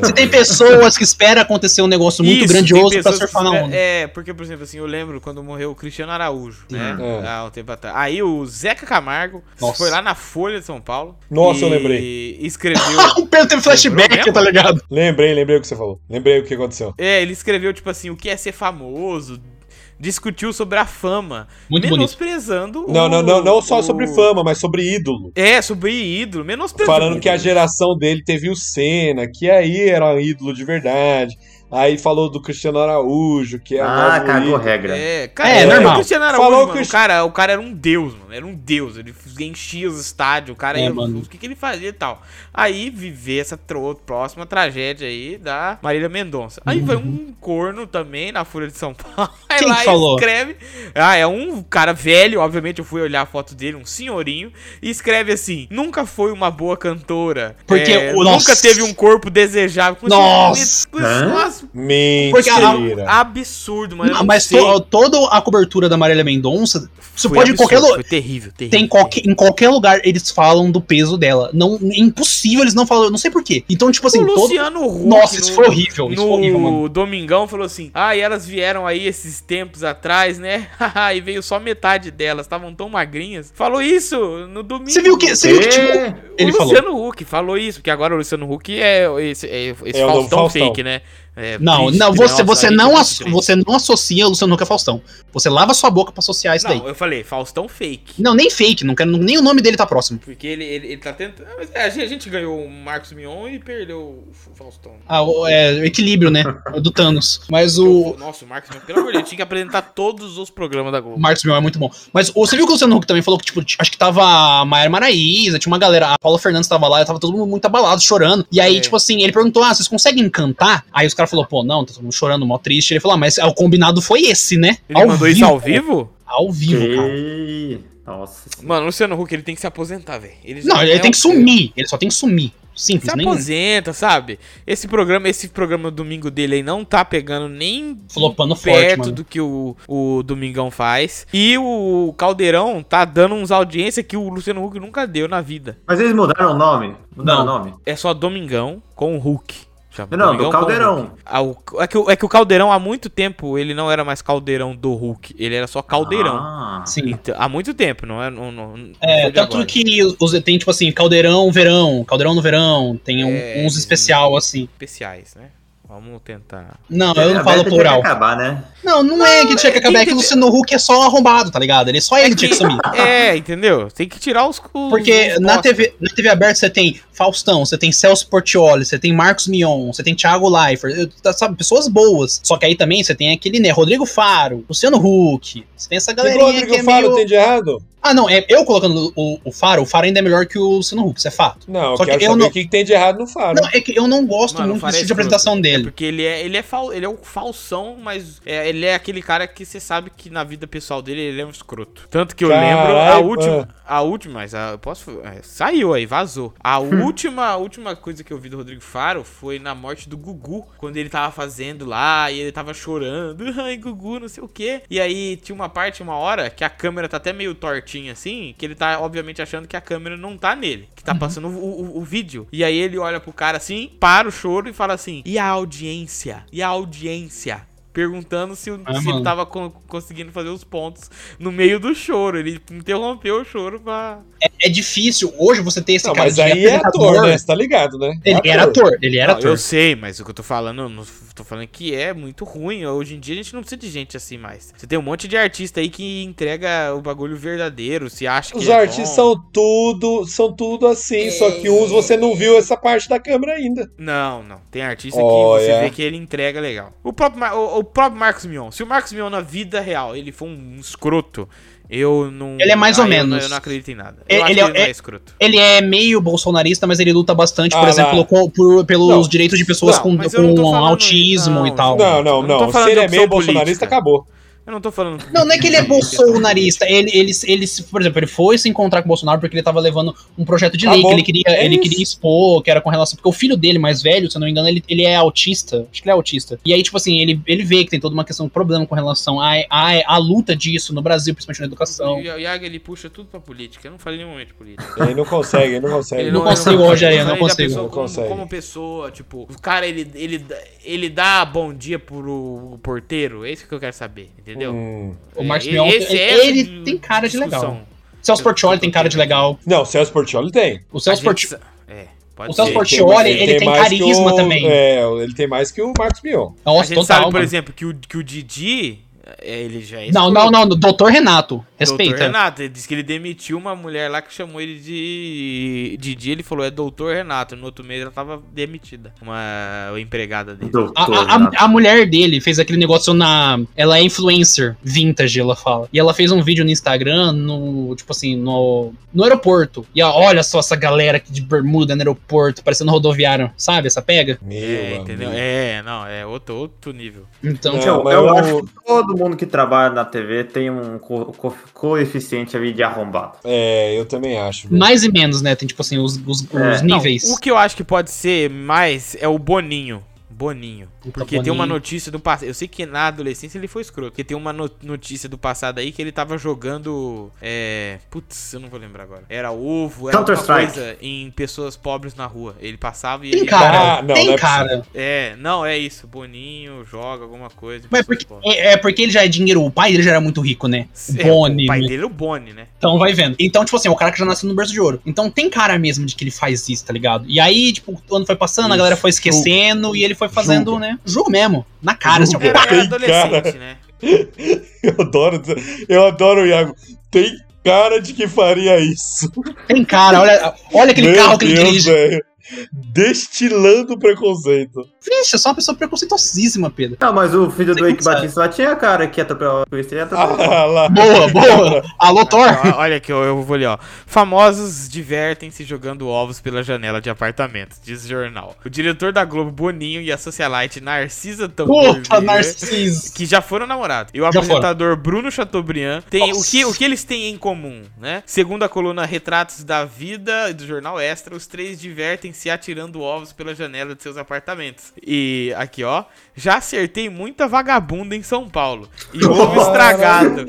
Você tem pessoas que esperam acontecer um negócio muito
Isso, tem
grandioso pra
pessoas
surfar na
que-
um.
onda.
É, porque, por exemplo, assim, eu lembro quando morreu o Cristiano Araújo, né?
É.
Há um tempo atrás. Aí o Zeca Camargo
Nossa.
foi lá na Folha de São Paulo.
Nossa, eu
e
lembrei.
Escreveu.
[laughs]
[laughs] O Pedro Um teve flashback,
Lembrou
tá ligado?
Lembrei, lembrei o que você falou. Lembrei o que aconteceu.
é, ele escreveu, tipo assim, o que é ser famoso. Discutiu sobre a fama.
Muito bonito.
menosprezando o-
Não, não, não, não só
o-
sobre fama, mas sobre ídolo.
É, sobre ídolo. Menosprezando.
Falando que a geração dele teve o Senna, que aí era um ídolo de verdade. Aí falou do Cristiano Araújo, que é o
Ah,
novo
cagou
ídolo.
regra.
É, cara,
É,
é,
normal.
o Cristiano Araújo,
Falou
mano,
que o-
o, cara, o cara era um deus, mano. Era um deus. Ele enchia os estádios, o cara
É,
ia,
mano.
o que, que ele fazia e tal. Aí viver essa tro- próxima tragédia aí da Marília Mendonça. Aí vai um corno também na Folha de São [laughs] Paulo. Vai
Uhum. Quem
lá
que
e
falou?
escreve. Ah, é um cara velho, obviamente eu fui olhar a foto dele, um senhorinho, e escreve assim: nunca foi uma boa cantora.
Porque
É,
o-
nunca
nossa.
teve um corpo desejável. Com esse-
Nossa.
com esse- com as
Mentira.
Absurdo, mano. eu
Ah,
não
Mas
sei.
to- toda a cobertura da Marília Mendonça, você
Foi
pode ir em
absurdo,
qualquer lugar.
Foi terrível, terrível.
Tem qualquer, em qualquer lugar eles falam do peso dela. Não, é impossível eles não falam, eu não sei porquê. Então, tipo assim,
O
todo.
Luciano Huck
Nossa, isso
no-
foi horrível. Isso foi horrível, mano.
No Domingão falou assim: Ah, e elas vieram aí esses tempos atrás, né? [laughs] e veio só metade delas, estavam tão magrinhas. Falou isso no domingo.
Você viu que, você viu que tipo,
É,
ele
o
falou.
Luciano Huck falou isso, porque agora o Luciano Huck é esse, é esse
É o novo
Faustão,
Faustão.
fake, né? É
Não,
triste,
não, você,
nossa,
você,
aí
não
tá
asso-
triste.
você não associa o Luciano Huck a Faustão. Você lava sua boca pra associar isso daí.
Não, é eu falei, Faustão fake.
Não, nem fake, não quero, nem o nome dele tá próximo.
Porque ele, ele, ele tá tentando. Ah, Mas é, a gente a gente ganhou o Marcos Mion e perdeu o F- Faustão.
Ah, o- é, o equilíbrio, né? Do Thanos. Mas o.
Nossa, o Marcos Mion, pelo amor de Deus, tinha que apresentar todos os programas da Globo.
o Marcos Mion é muito bom. Mas o- você viu que o Luciano Huck também falou que, tipo, t- acho que tava a Maíra Maraíza, tinha uma galera, a Paula Fernandes tava lá, tava todo mundo muito abalado, chorando. E aí,
É.
tipo assim, ele perguntou, ah, vocês conseguem cantar? Aí os caras falaram, pô, não, tá todo mundo chorando, mó triste. Ele falou, ah, mas ah, o combinado foi esse, né?
Ele mandou isso ao vivo?
Ao vivo, cara.
que... Nossa.
Mano, o Luciano Huck, ele tem que se aposentar, velho.
Não,
já
ele
é
tem que
um-
sumir, é ele só tem que sumir. Simples,
Se
nem.
aposenta, sabe? Esse programa, esse programa domingo dele aí não tá pegando nem
Flopando forte,
perto
mano.
do que o, o Domingão faz. E o Caldeirão tá dando uns audiências que o Luciano Huck nunca deu na vida.
Mas eles mudaram o nome? Mudaram
Não.
o nome?
É só Domingão com o Hulk. Chama
Não,
Domingão
do
com o
Caldeirão.
Hulk. Ah, o- É que, o- é que o Caldeirão há muito tempo ele não era mais Caldeirão do Hulk, ele era só Caldeirão.
Ah,
Sim.
Então, há muito tempo, não é? Não, não- não
É,
foi de
tanto
agora.
que os, tem, tipo assim, caldeirão, verão, caldeirão no verão, tem um-
É,
uns especial, assim.
especiais, né? Vamos tentar.
Não, eu
A
não
Beta
falo
tinha
plural.
que acabar, né?
Não, não, é que tinha que acabar, é que
tem-
o Luciano Huck é só arrombado, tá ligado? Ele só ele tinha que sumir.
[laughs] É, entendeu? Tem que tirar os. os-
Porque
os
na
bosta.
TV, na TV aberta você tem Faustão, você tem Celso Portioli, você tem Marcos Mion, você tem Thiago Leifert, eu- tá- sabe, pessoas boas. Só que aí também você tem aquele, né, Rodrigo Faro, Luciano Huck, você tem essa
O que
galerinha
o Rodrigo
que é
Faro
meio...
tem de errado?
Ah, não, é, eu colocando o, o Faro, o Faro ainda é melhor que o Luciano Huck, isso é fato.
Não, eu
Só que
quero
eu
saber
não-
o que que tem de errado no Faro.
Não, é que eu não gosto
Mano, o
muito
Faro
do
é
estilo de
escroto.
apresentação dele.
Porque ele é, ele é, fal, ele é um falsão, mas é, ele é aquele cara que você sabe que na vida pessoal dele ele é um escroto. Tanto que eu
Caralho,
lembro a
mano.
última. A última, mas a, eu posso. é, saiu aí, vazou. A última, a última coisa que eu vi do Rodrigo Faro foi na morte do Gugu, quando ele tava fazendo lá e ele tava chorando. [laughs] Ai, Gugu, não sei o quê. E aí tinha uma parte, uma hora, que a câmera tá até meio tortinha assim, que ele tá, obviamente, achando que a câmera não tá nele, que tá passando o, o- o vídeo. E aí ele olha pro cara assim, para o choro e fala assim: e a audiência? E a audiência? Perguntando se, o-
Ah,
se ele
mano.
tava con- conseguindo fazer os pontos no meio do choro. Ele interrompeu o choro pra.
É difícil hoje você ter esse
Não,
cara
mas
de
aí é
apresentador.
ator, né? Você tá ligado, né? É
Ele era ator, ele era
Não, Ah, eu
ator.
sei, mas o que eu tô falando, eu não tô falando que é muito ruim. Hoje em dia a gente não precisa de gente assim mais. Você tem um monte de artista aí que entrega o bagulho verdadeiro, se acha que
Os
é
artistas
bom.
são tudo, são tudo assim, só
É.
que uns você não viu essa parte da câmera ainda.
Não, não. Tem artista
Oh,
Olha.
é.
que você vê que ele entrega legal. O próprio, Mar- o, o próprio Marcos Mion. Se o Marcos Mion na vida real ele for um escroto, eu não.
Ele é mais ou
aí eu não-
menos.
Eu não acredito em nada.
Ele-
Eu acho
ele
que
é-
ele não é
é-
escroto.
Ele é meio bolsonarista, mas ele luta bastante, por
Ah,
exemplo,
lá.
com- por- pelos
Não,
direitos de pessoas
não,
com,
mas eu não tô
com
falando-
autismo
não,
e tal.
Não,
Eu
não,
não tô
não.
falando
Se ele
de
é meio
opção
bolsonarista,
política.
acabou.
Eu não tô falando.
Não, não é que
[laughs]
ele é
Política, tá?
bolsonarista. Ele, ele, ele, se- por exemplo, ele foi se encontrar com o Bolsonaro porque ele tava levando um projeto de
Tá
lei
bom.
que ele queria,
É
ele
isso.
queria expor, que era com relação. Porque o filho dele, mais velho, se eu não me engano, ele, ele é autista. Acho que ele é autista. E aí, tipo assim, ele, ele vê que tem toda uma questão, um problema com relação à, à, à luta disso no Brasil, principalmente na educação.
E O Iago ele puxa tudo pra política. Eu não falei nenhum momento de política.
Ele não consegue, ele não consegue.
Ele é
É,
um
não
ele
consigo,
consegue.
Rogério,
Eu
não
falei da
consigo.
é pessoa
Não
como,
consegue.
como pessoa, tipo, o cara ele, ele, ele dá bom dia pro porteiro, é isso que eu quero saber, entendeu?
Hum.
O Marcos
É,
Mion,
esse- essa
ele,
di-
tem cara de
discussão.
legal. Celso Portioli tem cara de legal.
Não, Celso Portioli tem.
O
A
Celso
gente
Portioli.
sa- É, pode
O Celso
ser.
Portiolli, Portioli, ele tem
mais que
carisma
o-
também.
É, ele tem mais que o Marcos Mion.
A
Nossa,
gente
total.
sabe, por
mano.
exemplo, que o, que o Didi, é, ele já é
Não, não, não, doutor Renato.
Doutor
Respeita.
Renato, ele disse que ele demitiu uma mulher lá que chamou ele de Didi, ele falou, é doutor Renato, no outro mês ela tava demitida, uma empregada dele.
Doutor. né?
A, a-
Renato.
a- a mulher dele fez aquele negócio na. Ela é influencer vintage, ela fala. E ela fez um vídeo no Instagram, no. Tipo assim, no. No aeroporto. E ela, olha só essa galera aqui de bermuda no aeroporto, parecendo rodoviário. Sabe essa pega?
Meu,
É, entendeu?
amigo.
É, não, é outro, outro nível.
Então.
Não,
Então,
mas
eu
eu-
acho que todo mundo que trabalha na TV tem um co- co- coeficiente ali de arrombado.
É, eu também acho. viu?
Mais e menos, né? Tem tipo assim, os, os- os
É.
níveis.
O que eu acho que pode ser mais é o Boninho. Boninho.
Puta,
Porque tem uma
Boninho.
notícia do passado. Eu sei que na adolescência ele foi escroto. Porque tem uma no- notícia do passado aí que ele tava jogando. É. Putz, eu não vou lembrar agora. Era ovo, era alguma
Counter-Strike.
coisa em pessoas pobres na rua. Ele passava e
Tem
ele.
cara,
Ah, não,
tem
não é
cara.
É, não, é isso. Boninho joga alguma coisa. em
Mas
pessoas
porque,
pobres.
é, é porque ele já é dinheiro, o pai dele já era muito rico, né?
É,
Boni,
O pai
né?
dele é o Boni, né?
Então vai vendo. Então, tipo assim, é o cara que já nasceu no berço de ouro. Então tem cara mesmo de que ele faz isso, tá ligado? E aí, tipo, o ano foi passando, a
Isso,
galera foi esquecendo e ele foi fazendo, né? Jogo mesmo. Na cara,
Julga.
assim,
Era,
ó.
era
Tem
adolescente, né?
[laughs] Eu adoro, eu adoro o Iago. Tem cara de que faria isso.
tem cara, olha, olha aquele
Meu
carro que ele
Deus,
dirige.
velho. Destilando preconceito.
Vixe, é só uma pessoa preconceituosíssima, Pedro.
Não, mas o filho do
Sei
Eike
como
Batista lá tinha cara que atropelava o Twister e atropelava.
Ah, lá.
Boa, boa. Alô, Thor.
Ó, Olha aqui, eu, eu vou ler, ó. Famosos divertem-se jogando ovos pela janela de apartamento, diz jornal. O diretor da Globo, Boninho, e a socialite Narcisa Tamborville,
Puta, Narciso.
que já foram namorados. E o
Já
apresentador Bruno Chateaubriand tem o
Nossa.
que, o que eles têm em comum, né? Segundo a coluna Retratos da Vida do jornal Extra, os três divertem-se atirando ovos pela janela de seus apartamentos. E aqui, ó, já acertei muita vagabunda em São Paulo. E ovo estragado.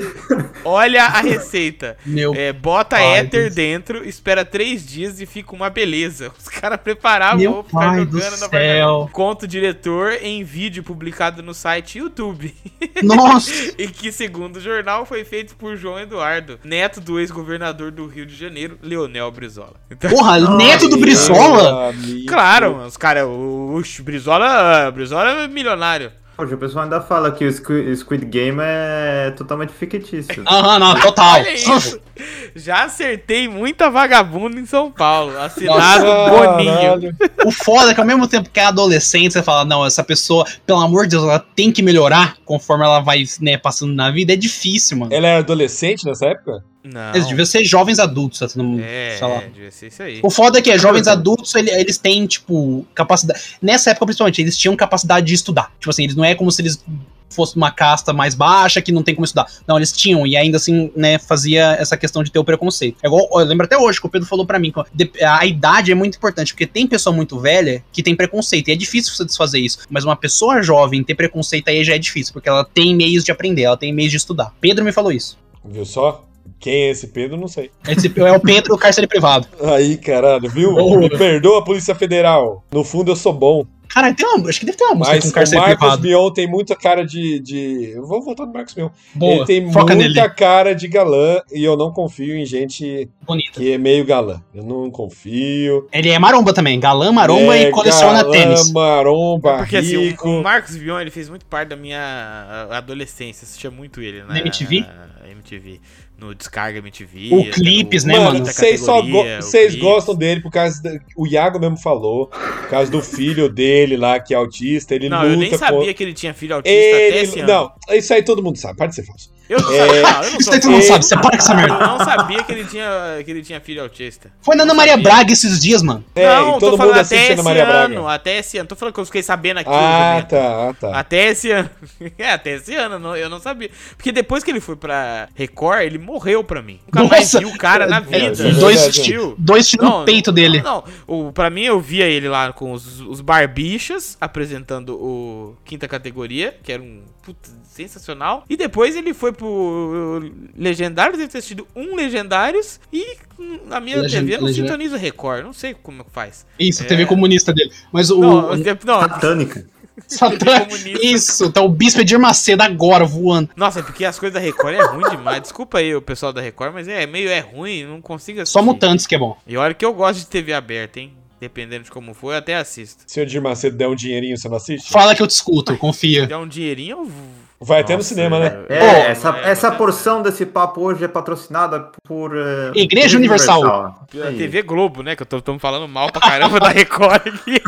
Olha a receita. [laughs]
Meu.
É, bota
pai
éter
do céu.
dentro, espera três dias e fica uma beleza. [laughs] Os caras preparavam
Meu
ou ficar
pai
jogando
do
na
céu.
barriga. Conta o diretor em vídeo publicado no site YouTube. [laughs]
Nossa.
e que, segundo o jornal, foi feito por João Eduardo, neto do ex-governador do Rio de Janeiro, Leonel Brizola. Então,
Porra, neto do Brizola?
Meu amigo.
claro, mano, os caras. O, o Brizola, Brizola é milionário.
Hoje o pessoal ainda fala que o Squid Squid Game é totalmente fictício.
Aham, não, total.
Olha isso. [laughs] Já acertei muita vagabunda em São Paulo. Assinado Boninho.
Caralho.
O foda é que ao mesmo tempo que é adolescente, você fala, não, essa pessoa, pelo amor de Deus, ela tem que melhorar conforme ela vai, né, passando na vida. É difícil, mano.
Ela era adolescente nessa época?
Não.
Eles deviam ser jovens adultos, tá sendo,
É,
sei lá.
é, devia ser isso aí.
O foda é que jovens adultos, ele- eles têm, tipo, capacidade. Nessa época, principalmente, eles tinham capacidade de estudar. Tipo assim, eles não é como se eles fossem uma casta mais baixa que não tem como estudar. Não, eles tinham, e ainda assim, né, fazia essa questão de ter o preconceito. É igual, eu lembro até hoje que o Pedro falou pra mim, que de- a idade é muito importante, porque tem pessoa muito velha que tem preconceito, e é difícil você desfazer isso. Mas uma pessoa jovem ter preconceito aí já é difícil, porque ela tem meios de aprender, ela tem meios de estudar. Pedro me falou isso.
Viu só? Quem é esse Pedro? Não sei.
Esse é o Pedro, cárcere privado.
Aí, caralho, viu?
Boa.
Me perdoa a Polícia Federal. No fundo, eu sou bom.
Cara, tem uma, acho que deve ter uma música
Mas
com
o
cárcere
Marcos
privado.
Mion tem muita cara de. de... Eu vou voltar no Marcos Mion.
Boa,
Ele tem
foca
muita
nele.
cara de galã e eu não confio em gente
Bonita.
que é meio galã. Eu não confio.
Ele é maromba também, galã, maromba
É
e coleciona
galã,
tênis.
Maromba,
Porque assim, o-
rico.
o Marcos Vion, ele fez muito parte da minha a- adolescência. Assistia muito ele, né?
Na MTV?
Na MTV. No Descarga MTV.
O
no-
Clipes, né,
Quinta
mano?
Mano, vocês só go-
Categoria, é o
vocês
Clipes.
gostam dele por causa. da- O Iago mesmo falou. Por causa do filho dele lá, que é autista. Ele
Não,
luta
eu nem sabia
contra-
que ele tinha filho autista até esse
Ele...
ano.
Não, isso aí todo mundo sabe. Para de ser falso.
Eu não
É.
sabia, não, eu não
[laughs] Isso
sou
aí tu não
É.
sabe, você para com essa
Eu
merda.
não sabia que ele tinha, que ele tinha filho autista.
Foi na Ana
não
Maria
sabia.
Braga esses dias, mano.
É,
não,
e todo
tô
mundo
falando até
assiste
esse
Ana Maria
ano.
Braga.
Até esse ano. Tô falando que eu fiquei sabendo aqui.
Ah,
Julieta.
tá, ah, tá.
Até esse ano. [laughs] É, até esse ano, eu não- eu não sabia. Porque depois que ele foi pra Record, ele morreu pra mim. Nunca mais
Nossa!
vi o cara na
É,
vida.
dois
Nunca
tiros-
viu.
Dois tiros no peito dele.
Não, o, pra mim eu via ele lá com os, os barbichas apresentando o quinta categoria, que era um puta, sensacional. E depois ele foi pro Legendários, deve ter assistido um Legendários e hum, a minha
Legend-
TV não
Legend-
sintoniza Record, não sei como que faz.
Isso,
É.
TV comunista dele. Mas o.
Não, eu- não,
Satânica.
Satã-
comunista.
[laughs] Isso, tá o Bispo Edir Macedo agora voando.
Nossa, é porque as coisas da Record é ruim demais. Desculpa aí o pessoal da Record, mas é meio é ruim, não consigo assistir.
Só mutantes que é bom.
E olha que eu gosto de TV aberta, hein? Dependendo de como for, eu até assisto.
Se o Edir Macedo der um dinheirinho, você não assiste?
Fala que eu te escuto, confia.
Se der um dinheirinho, eu vou.
Vai até no
Nossa, [laughs]
cinema, né?
É,
Pô,
essa,
é,
essa
mas-
porção desse papo hoje é patrocinada por. eh,
Igreja Universal.
Pela
Sim.
TV Globo, né? Que eu tô, tô falando mal pra caramba da Record
[laughs]
aqui.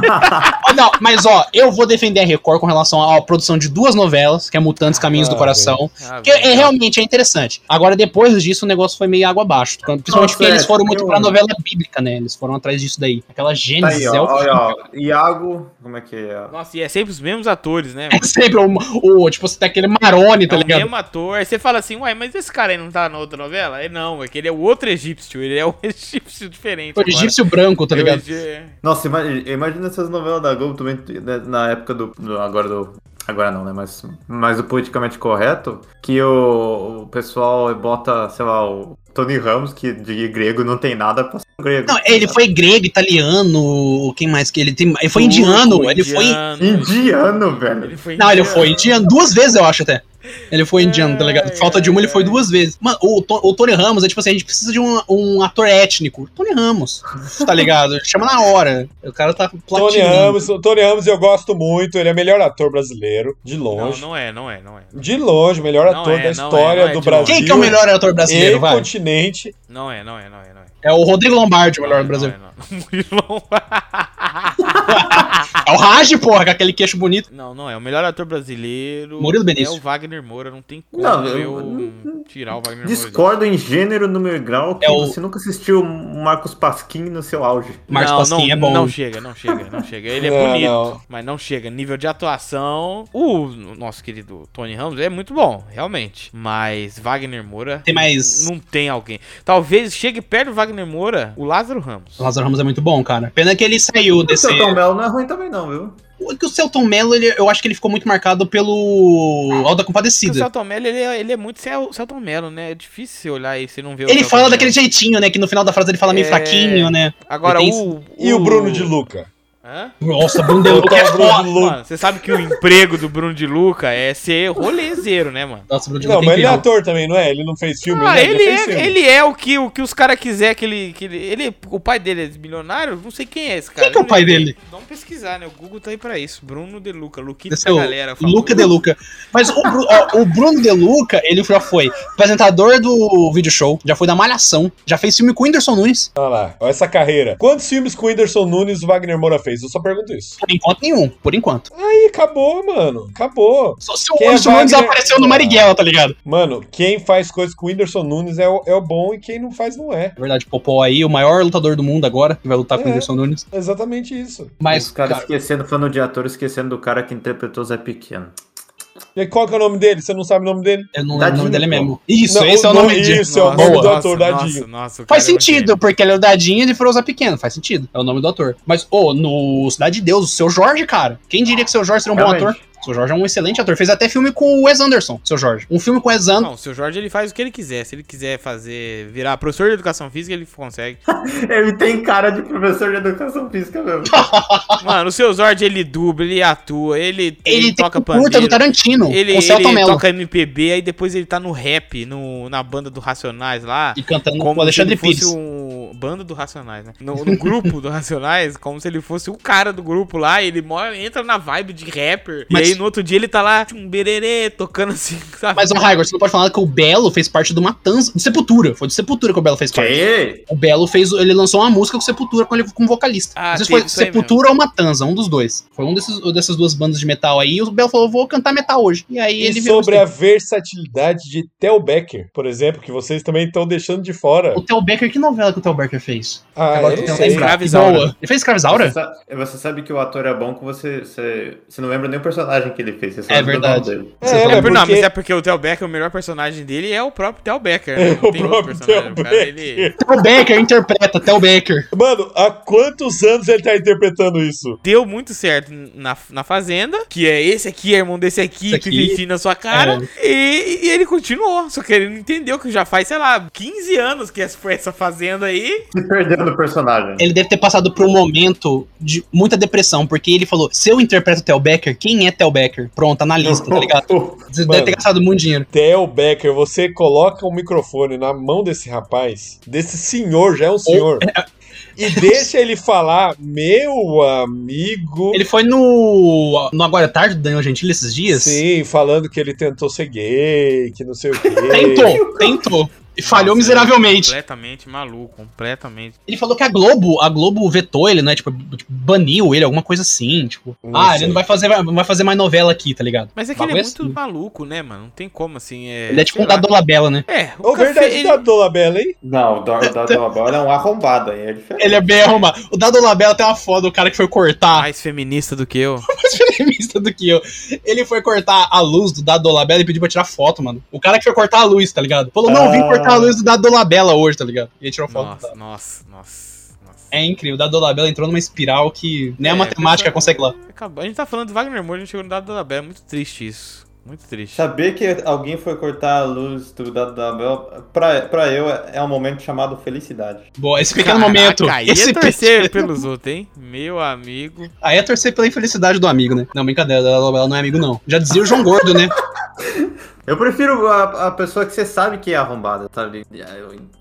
Ó, não, mas ó, eu vou defender a Record com relação à produção de duas novelas, que é Mutantes Caminhos do
Ah,
Coração.
Ah,
Que é,
velho.
realmente é interessante. Agora, depois disso, o negócio foi meio água abaixo. Principalmente
Nossa,
porque eles
é,
foram muito
eu-
pra novela bíblica, né? Eles foram atrás disso daí. Aquela
Tá
Gênesis
aí,
é
ó,
o- [laughs]
ó, ó, Iago. Como é que é?
Nossa, e é sempre os mesmos atores, né?
É sempre o, o- Tipo, você tem aquele Ele é marone, tá
é o
ligado?
mesmo ator. Aí você fala assim, uai, mas esse cara aí não tá na outra novela? Ele não, é que ele é o outro egípcio, ele é um [laughs] egípcio diferente.
Foi
agora.
egípcio branco, tá
Eu-
ligado?
é.
Nossa, imagina, imagina essas novelas da Globo também né, na época do. do- agora do. Agora não, né? Mas, mas o politicamente correto, que o, o pessoal bota, sei lá, o Tony Ramos, que de grego não tem nada pra ser um grego.
Não, ele foi grego, italiano, quem mais que ele tem? Ele foi
Turco,
indiano, ele foi. um
indiano,
Indiano, velho.
Ele foi
Não, ele
indiano.
foi indiano duas vezes, eu acho até. Ele foi indiano, tá ligado?
Ai,
Falta de uma, ele
ai,
foi
ai.
duas vezes. Mano, o, To- o Tony Ramos é tipo assim, a gente precisa de um, um ator étnico. Tony Ramos, tá ligado? Chama na hora. O cara tá
Tony
platinando.
Ramos, o Tony Ramos eu gosto muito, ele é o melhor ator brasileiro, de
Não,
longe.
não é, não é, não é.
De longe, o melhor
Não
ator
é,
da
não
história
é, não é
do
de
Brasil.
Quem que é o melhor ator brasileiro,
e
vai?
continente.
Não é, não é, não é, não é.
É o Rodrigo Lombardi, o
Não
melhor
é,
do brasileiro.
Não, [laughs] é, não. Murilo. Ah.
É o Raj, porra, com aquele queixo bonito.
não, não é. O melhor ator brasileiro
Murilo
é
Benício.
o Wagner Moura. Não tem como
Não,
eu,
eu-
tirar o Wagner Moura.
Discordo em gênero, número e grau, que
É o-
você nunca assistiu Marcos Pasquim no seu auge.
Marcos
não,
Pasquim
não,
é bom.
Não chega, não chega, não chega. Ele é
Não,
bonito,
não.
mas não chega. Nível de atuação, o nosso querido Tony Ramos é muito bom, realmente. Mas Wagner Moura
Tem mais.
não tem alguém. Talvez chegue perto do Wagner Moura o Lázaro Ramos.
O Lázaro Ramos é muito bom, cara. Pena que ele saiu
O
desse.
seu Tom Melo não é ruim também, não, viu?
O- que o Celton Mello, ele- eu acho que ele ficou muito marcado pelo Alda
Porque O
Compadecida.
Celton Mello, ele é, ele é muito Cel- Celton Mello, né? É difícil você olhar aí, você não vê o
Ele
Celton
fala
Mello.
daquele jeitinho, né? Que no final da frase ele fala meio
É.
fraquinho, né?
Agora,
Ele
o,
E o Bruno de Luca?
Hã?
Nossa, Bruno De Luca
Botar
é
o Bruno
foda.
de Luca.
Mano, você sabe que o emprego do Bruno de Luca é ser rolezeiro, né, mano?
Nossa, Bruno De
Não,
Luca é
mas ele é
incrível.
ator também, não é? Ele não fez filme,
Ah,
né?
ele
fez
é, ele é o que, o que os caras quiser que ele, que ele, ele- O pai dele é milionário? Não sei quem é esse cara.
Quem que é o
Eu
pai
não-
dele?
Vamos pesquisar, né? O Google tá aí pra isso. Bruno De Luca. Luquita
Esse é o
galera. fala.
Luca De Luca. Mas o, Bru- ó, o Bruno De Luca, ele já foi apresentador do video show, já foi da Malhação, já fez filme com o Whindersson Nunes.
Olha lá, olha essa carreira. Quantos filmes com o Whindersson Nunes o Wagner Moura fez? Eu só pergunto isso.
Por enquanto, nenhum. Por enquanto.
Ih, acabou, mano. Acabou.
Só se o
Quem é
Whindersson Nunes
Wagner?
apareceu no Marighella, tá ligado?
Mano, quem faz coisas com o Whindersson Nunes é o, é o bom e quem não faz não é.
É verdade, Popó aí, o maior lutador do mundo agora, que vai lutar com
É.
o Whindersson Nunes.
É Exatamente isso.
Mas,
Os caras
cara,
esquecendo, falando de ator, esquecendo do cara que interpretou Zé Pequeno.
E aí, qual que é o nome dele? Você não sabe o nome dele?
eu não lembro o
Dadinho,
nome dele
pô.
mesmo. Isso,
Não,
esse é o
não-
nome dele.
Isso, é o nome
Boa.
do ator, Dadinho.
Nossa, nossa, o
Faz
cara é um
sentido,
gênio.
porque ele é o Dadinho e ele foi usar pequeno. Faz sentido. É o nome do ator. Mas, ô, no Cidade de Deus, o seu Jorge, cara. Quem diria que o seu Jorge seria um bom ator?
Realmente.
O seu Jorge é um excelente ator. Fez até filme com o Wes Anderson, seu Jorge. Um filme com o Wes Anderson.
Não, o seu Jorge ele faz o que ele quiser. Se ele quiser fazer, virar professor de educação física, ele
[laughs]
consegue.
Ele tem cara de professor de educação física [laughs] mesmo.
Mano, o seu Jorge ele dubla, ele atua, ele,
Ele, tem
toca
toca curta
pandeiro.
do Tarantino,
Ele,
com o Celton
ele
Mello.
toca MPB, aí depois ele tá no rap, no, na banda do Racionais lá.
E cantando
Como
com o Alexandre
se ele fosse
Pires.
um banda do Racionais, né? No, no grupo do Racionais, como se ele fosse o cara do grupo lá, ele mora, entra na vibe de rapper.
Mas-
E aí no outro dia ele tá lá, um bererê, tocando assim, sabe?
Mas, ô, Raigor, você não pode falar que o Belo fez parte de uma tança. De Sepultura. Foi de Sepultura que o Belo fez parte.
Que?
O Belo fez, ele lançou uma música com Sepultura com, ele, com um vocalista.
Ah,
não sei se
teve
foi
isso aí
Sepultura ou Matanza, um dos dois. Foi um desses, dessas duas bandas de metal aí. E o Belo falou: vou cantar metal hoje. E aí ele
E
virou
sobre a
assim.
versatilidade de Tel Becker, por exemplo, que vocês também estão deixando de fora.
O Theo Becker, que novela que o Theo Becker fez?
Ah,
Agora
eu
tem
não
um
sei.
escravo. Escravizaura.
Boa. Ele fez
Você,
Escravizaura?
sa- você sabe que o ator é bom que você, você, você não lembra nem o personagem que ele fez. Você só
É
lembra do
verdade.
nome dele.
É, é,
É, por- Não,
porque-
mas é porque o Theo Becker, o melhor personagem dele é o próprio Theo Becker.
[laughs]
né?
É,
Não
o
tem outro
próprio
personagem,
Theo
o cara,
Becker.
ele
Theo Becker interpreta, Theo Becker.
Mano, há quantos anos ele tá interpretando isso?
Deu muito certo na, na Fazenda, que é esse aqui, é irmão desse aqui,
Esse
que
aqui. É.
vive na sua cara. E, e ele continuou, só que ele não entendeu que já faz, sei lá, 15 anos que essa- foi essa Fazenda aí.
Se perdendo no personagem.
Ele deve ter passado por um momento de muita depressão, porque ele falou: se eu interpreto o Theo Becker, quem é Theo Becker? Pronto, analista, tá ligado? Você
Mano.
deve ter gastado muito dinheiro.
Tel Becker, você coloca o microfone na mão desse rapaz, desse senhor, já é um senhor, e deixa ele falar, meu amigo.
Ele foi no. no Agora é Tarde do Daniel Gentili esses dias?
Sim, falando que ele tentou ser gay, que não sei o quê.
Tentou, tentou. E falhou
Nossa, é.
miseravelmente.
Completamente maluco, completamente.
Ele falou que a Globo, a Globo vetou ele, né? Tipo, tipo, baniu ele, alguma coisa assim. Tipo,
Não
ah,
sei.
ele não vai fazer, não vai fazer mais novela aqui, tá ligado?
Mas é que ele é
Bagulho
muito
assim.
maluco, né, mano? Não tem como, assim. É,
Ele é tipo
sei
um
lá.
da Dolabella, né?
É, o
Ô,
café,
verdade tá-
ele-
da Dola Bela, hein?
[laughs] Não, o Dado da, da bola é um arrombado aí, é diferente.
Ele é bem arrumado. O da Dolabella tem uma foda, o cara que foi [laughs] cortar,
mais feminista do que eu.
mais feminista do que eu. Ele foi cortar a luz do da Dolabella e pediu pra tirar foto, mano. O cara que foi cortar a luz, tá ligado? Falou, não, eu vim
Ah.
cortar a luz do da Dolabella hoje, tá ligado? E ele tirou foto.
Nossa, nossa, nossa, nossa.
É incrível, o da Dolabella entrou numa espiral que nem
É,
a
pessoal,
matemática consegue lá.
Acabou. A gente tá falando do Wagner Moura, a gente chegou no dado da Bela. É muito triste isso. Muito
Tá
triste.
Saber que alguém foi cortar a luz do Dado da Bel, pra, pra eu, é um momento chamado felicidade.
Boa, esse pequeno
Caraca,
momento.
Aí
Esse
é
pe-
torcer pelos outros, hein? Meu amigo.
Aí é torcer pela infelicidade do amigo, né? Não, brincadeira, da Dolabella não é amigo, não. Já dizia o João Gordo, né?
Eu prefiro a, a pessoa que você sabe que é arrombada, sabe?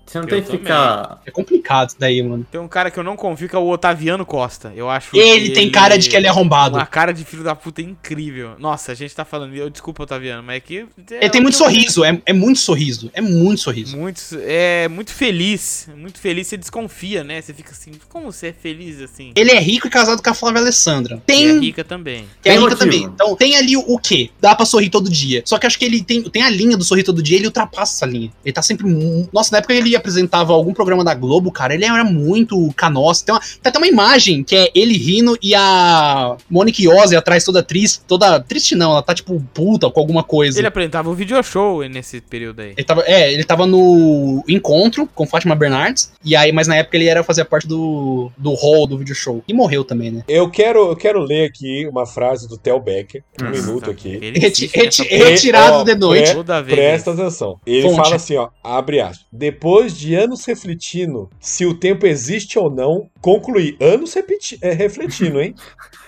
Você não
Eu
tem que
também.
ficar.
É complicado isso daí, mano.
Tem um cara que eu não confio, que é o Otaviano Costa. Eu acho
Ele tem cara de que ele é arrombado.
Uma cara de filho da puta incrível. Nossa, a gente tá falando. Eu desculpa, Otaviano, mas é que.
Ele tem muito sorriso, é, é muito sorriso, é muito sorriso.
Muito, é muito feliz. Muito feliz, você desconfia, né? Você fica assim, como você é feliz assim?
Ele é rico e casado com a Flávia Alessandra. Tem,
E é rica também.
que
Tem
é rica
motivo.
também. Então, tem ali o, o quê? Dá pra sorrir todo dia. Só que acho que ele tem, tem a linha do sorrir todo dia, ele ultrapassa essa linha. Ele tá sempre. mu- Nossa, na época ele apresentava algum programa da Globo, cara, ele era muito canosso. Tem, uma, tem até uma imagem que é ele rindo e a Monique Iose atrás toda triste. Toda triste não, ela tá tipo puta com alguma coisa.
Ele é apresentava o video show nesse período aí.
Ele tava, é, ele tava no encontro com Fátima Bernardes, e aí, mas na época ele era fazer parte do, do hall do video show. E morreu também, né?
Eu quero, eu quero ler aqui uma frase do Theo Becker, um
Hum.
Nossa,
minuto aqui.
Ele né?
Reti-
insiste
reti-
nessa
porra.
retirado
Ó,
de noite.
porra toda vez.
Presta atenção. Ele
Fonte.
fala assim, ó, abre aspas. Depois de anos refletindo se o tempo existe ou não, concluí. Anos repeti- é, refletindo,
[laughs]
hein?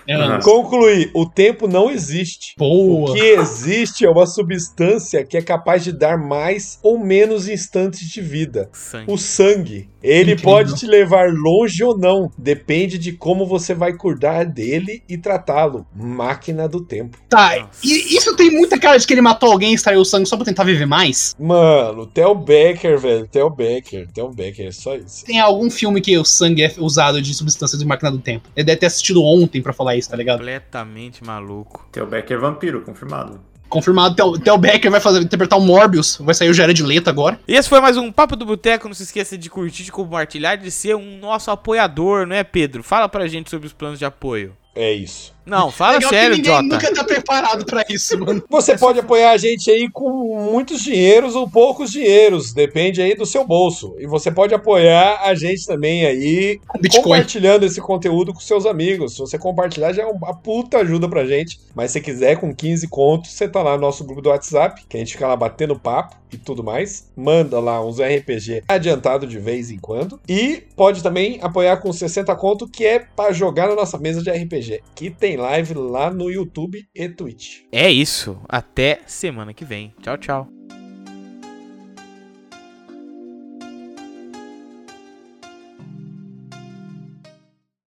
Ah,
concluí, o tempo não existe. é. O
Boa.
que existe é uma substância que é capaz de dar mais ou menos instantes de vida.
Sangue.
O sangue. Ele
Incrível.
pode te levar longe ou não. Depende de como você vai cuidar dele e tratá-lo. Máquina do tempo.
Tá, e isso tem muita cara de que ele matou alguém e extraiu o sangue só pra tentar viver mais?
Mano, Theo Becker, velho. Theo Becker. Theo Becker, é só isso.
Tem algum filme que o sangue é usado de substância de máquina do tempo? Ele deve ter assistido ontem pra falar isso, tá ligado?
Completamente maluco.
Teu Becker é vampiro, confirmado.
Confirmado, Theo- Theo Becker vai fazer, interpretar o Morbius, vai sair o Jared Leto agora.
E esse foi mais um Papo do Boteco. Não se esqueça de curtir, de compartilhar, de ser um nosso apoiador, não é, Pedro? Fala pra gente sobre os planos de apoio.
É isso.
Não, fala
Legal
sério,
que ninguém
Jota.
nunca tá preparado pra isso,
[laughs]
mano.
Você pode apoiar a gente aí com muitos dinheiros ou poucos dinheiros, depende aí do seu bolso. E você pode apoiar a gente também aí
Com Bitcoin.
compartilhando esse conteúdo com seus amigos. Se você compartilhar, já é uma puta ajuda pra gente. Mas se quiser, com 15 contos, você tá lá no nosso grupo do WhatsApp, que a gente fica lá batendo papo e tudo mais. Manda lá uns RPG adiantado de vez em quando. E pode também apoiar com 60 conto, que é pra jogar na nossa mesa de RPG, que tem live lá no YouTube e Twitch.
É isso. Até semana que vem. Tchau, tchau.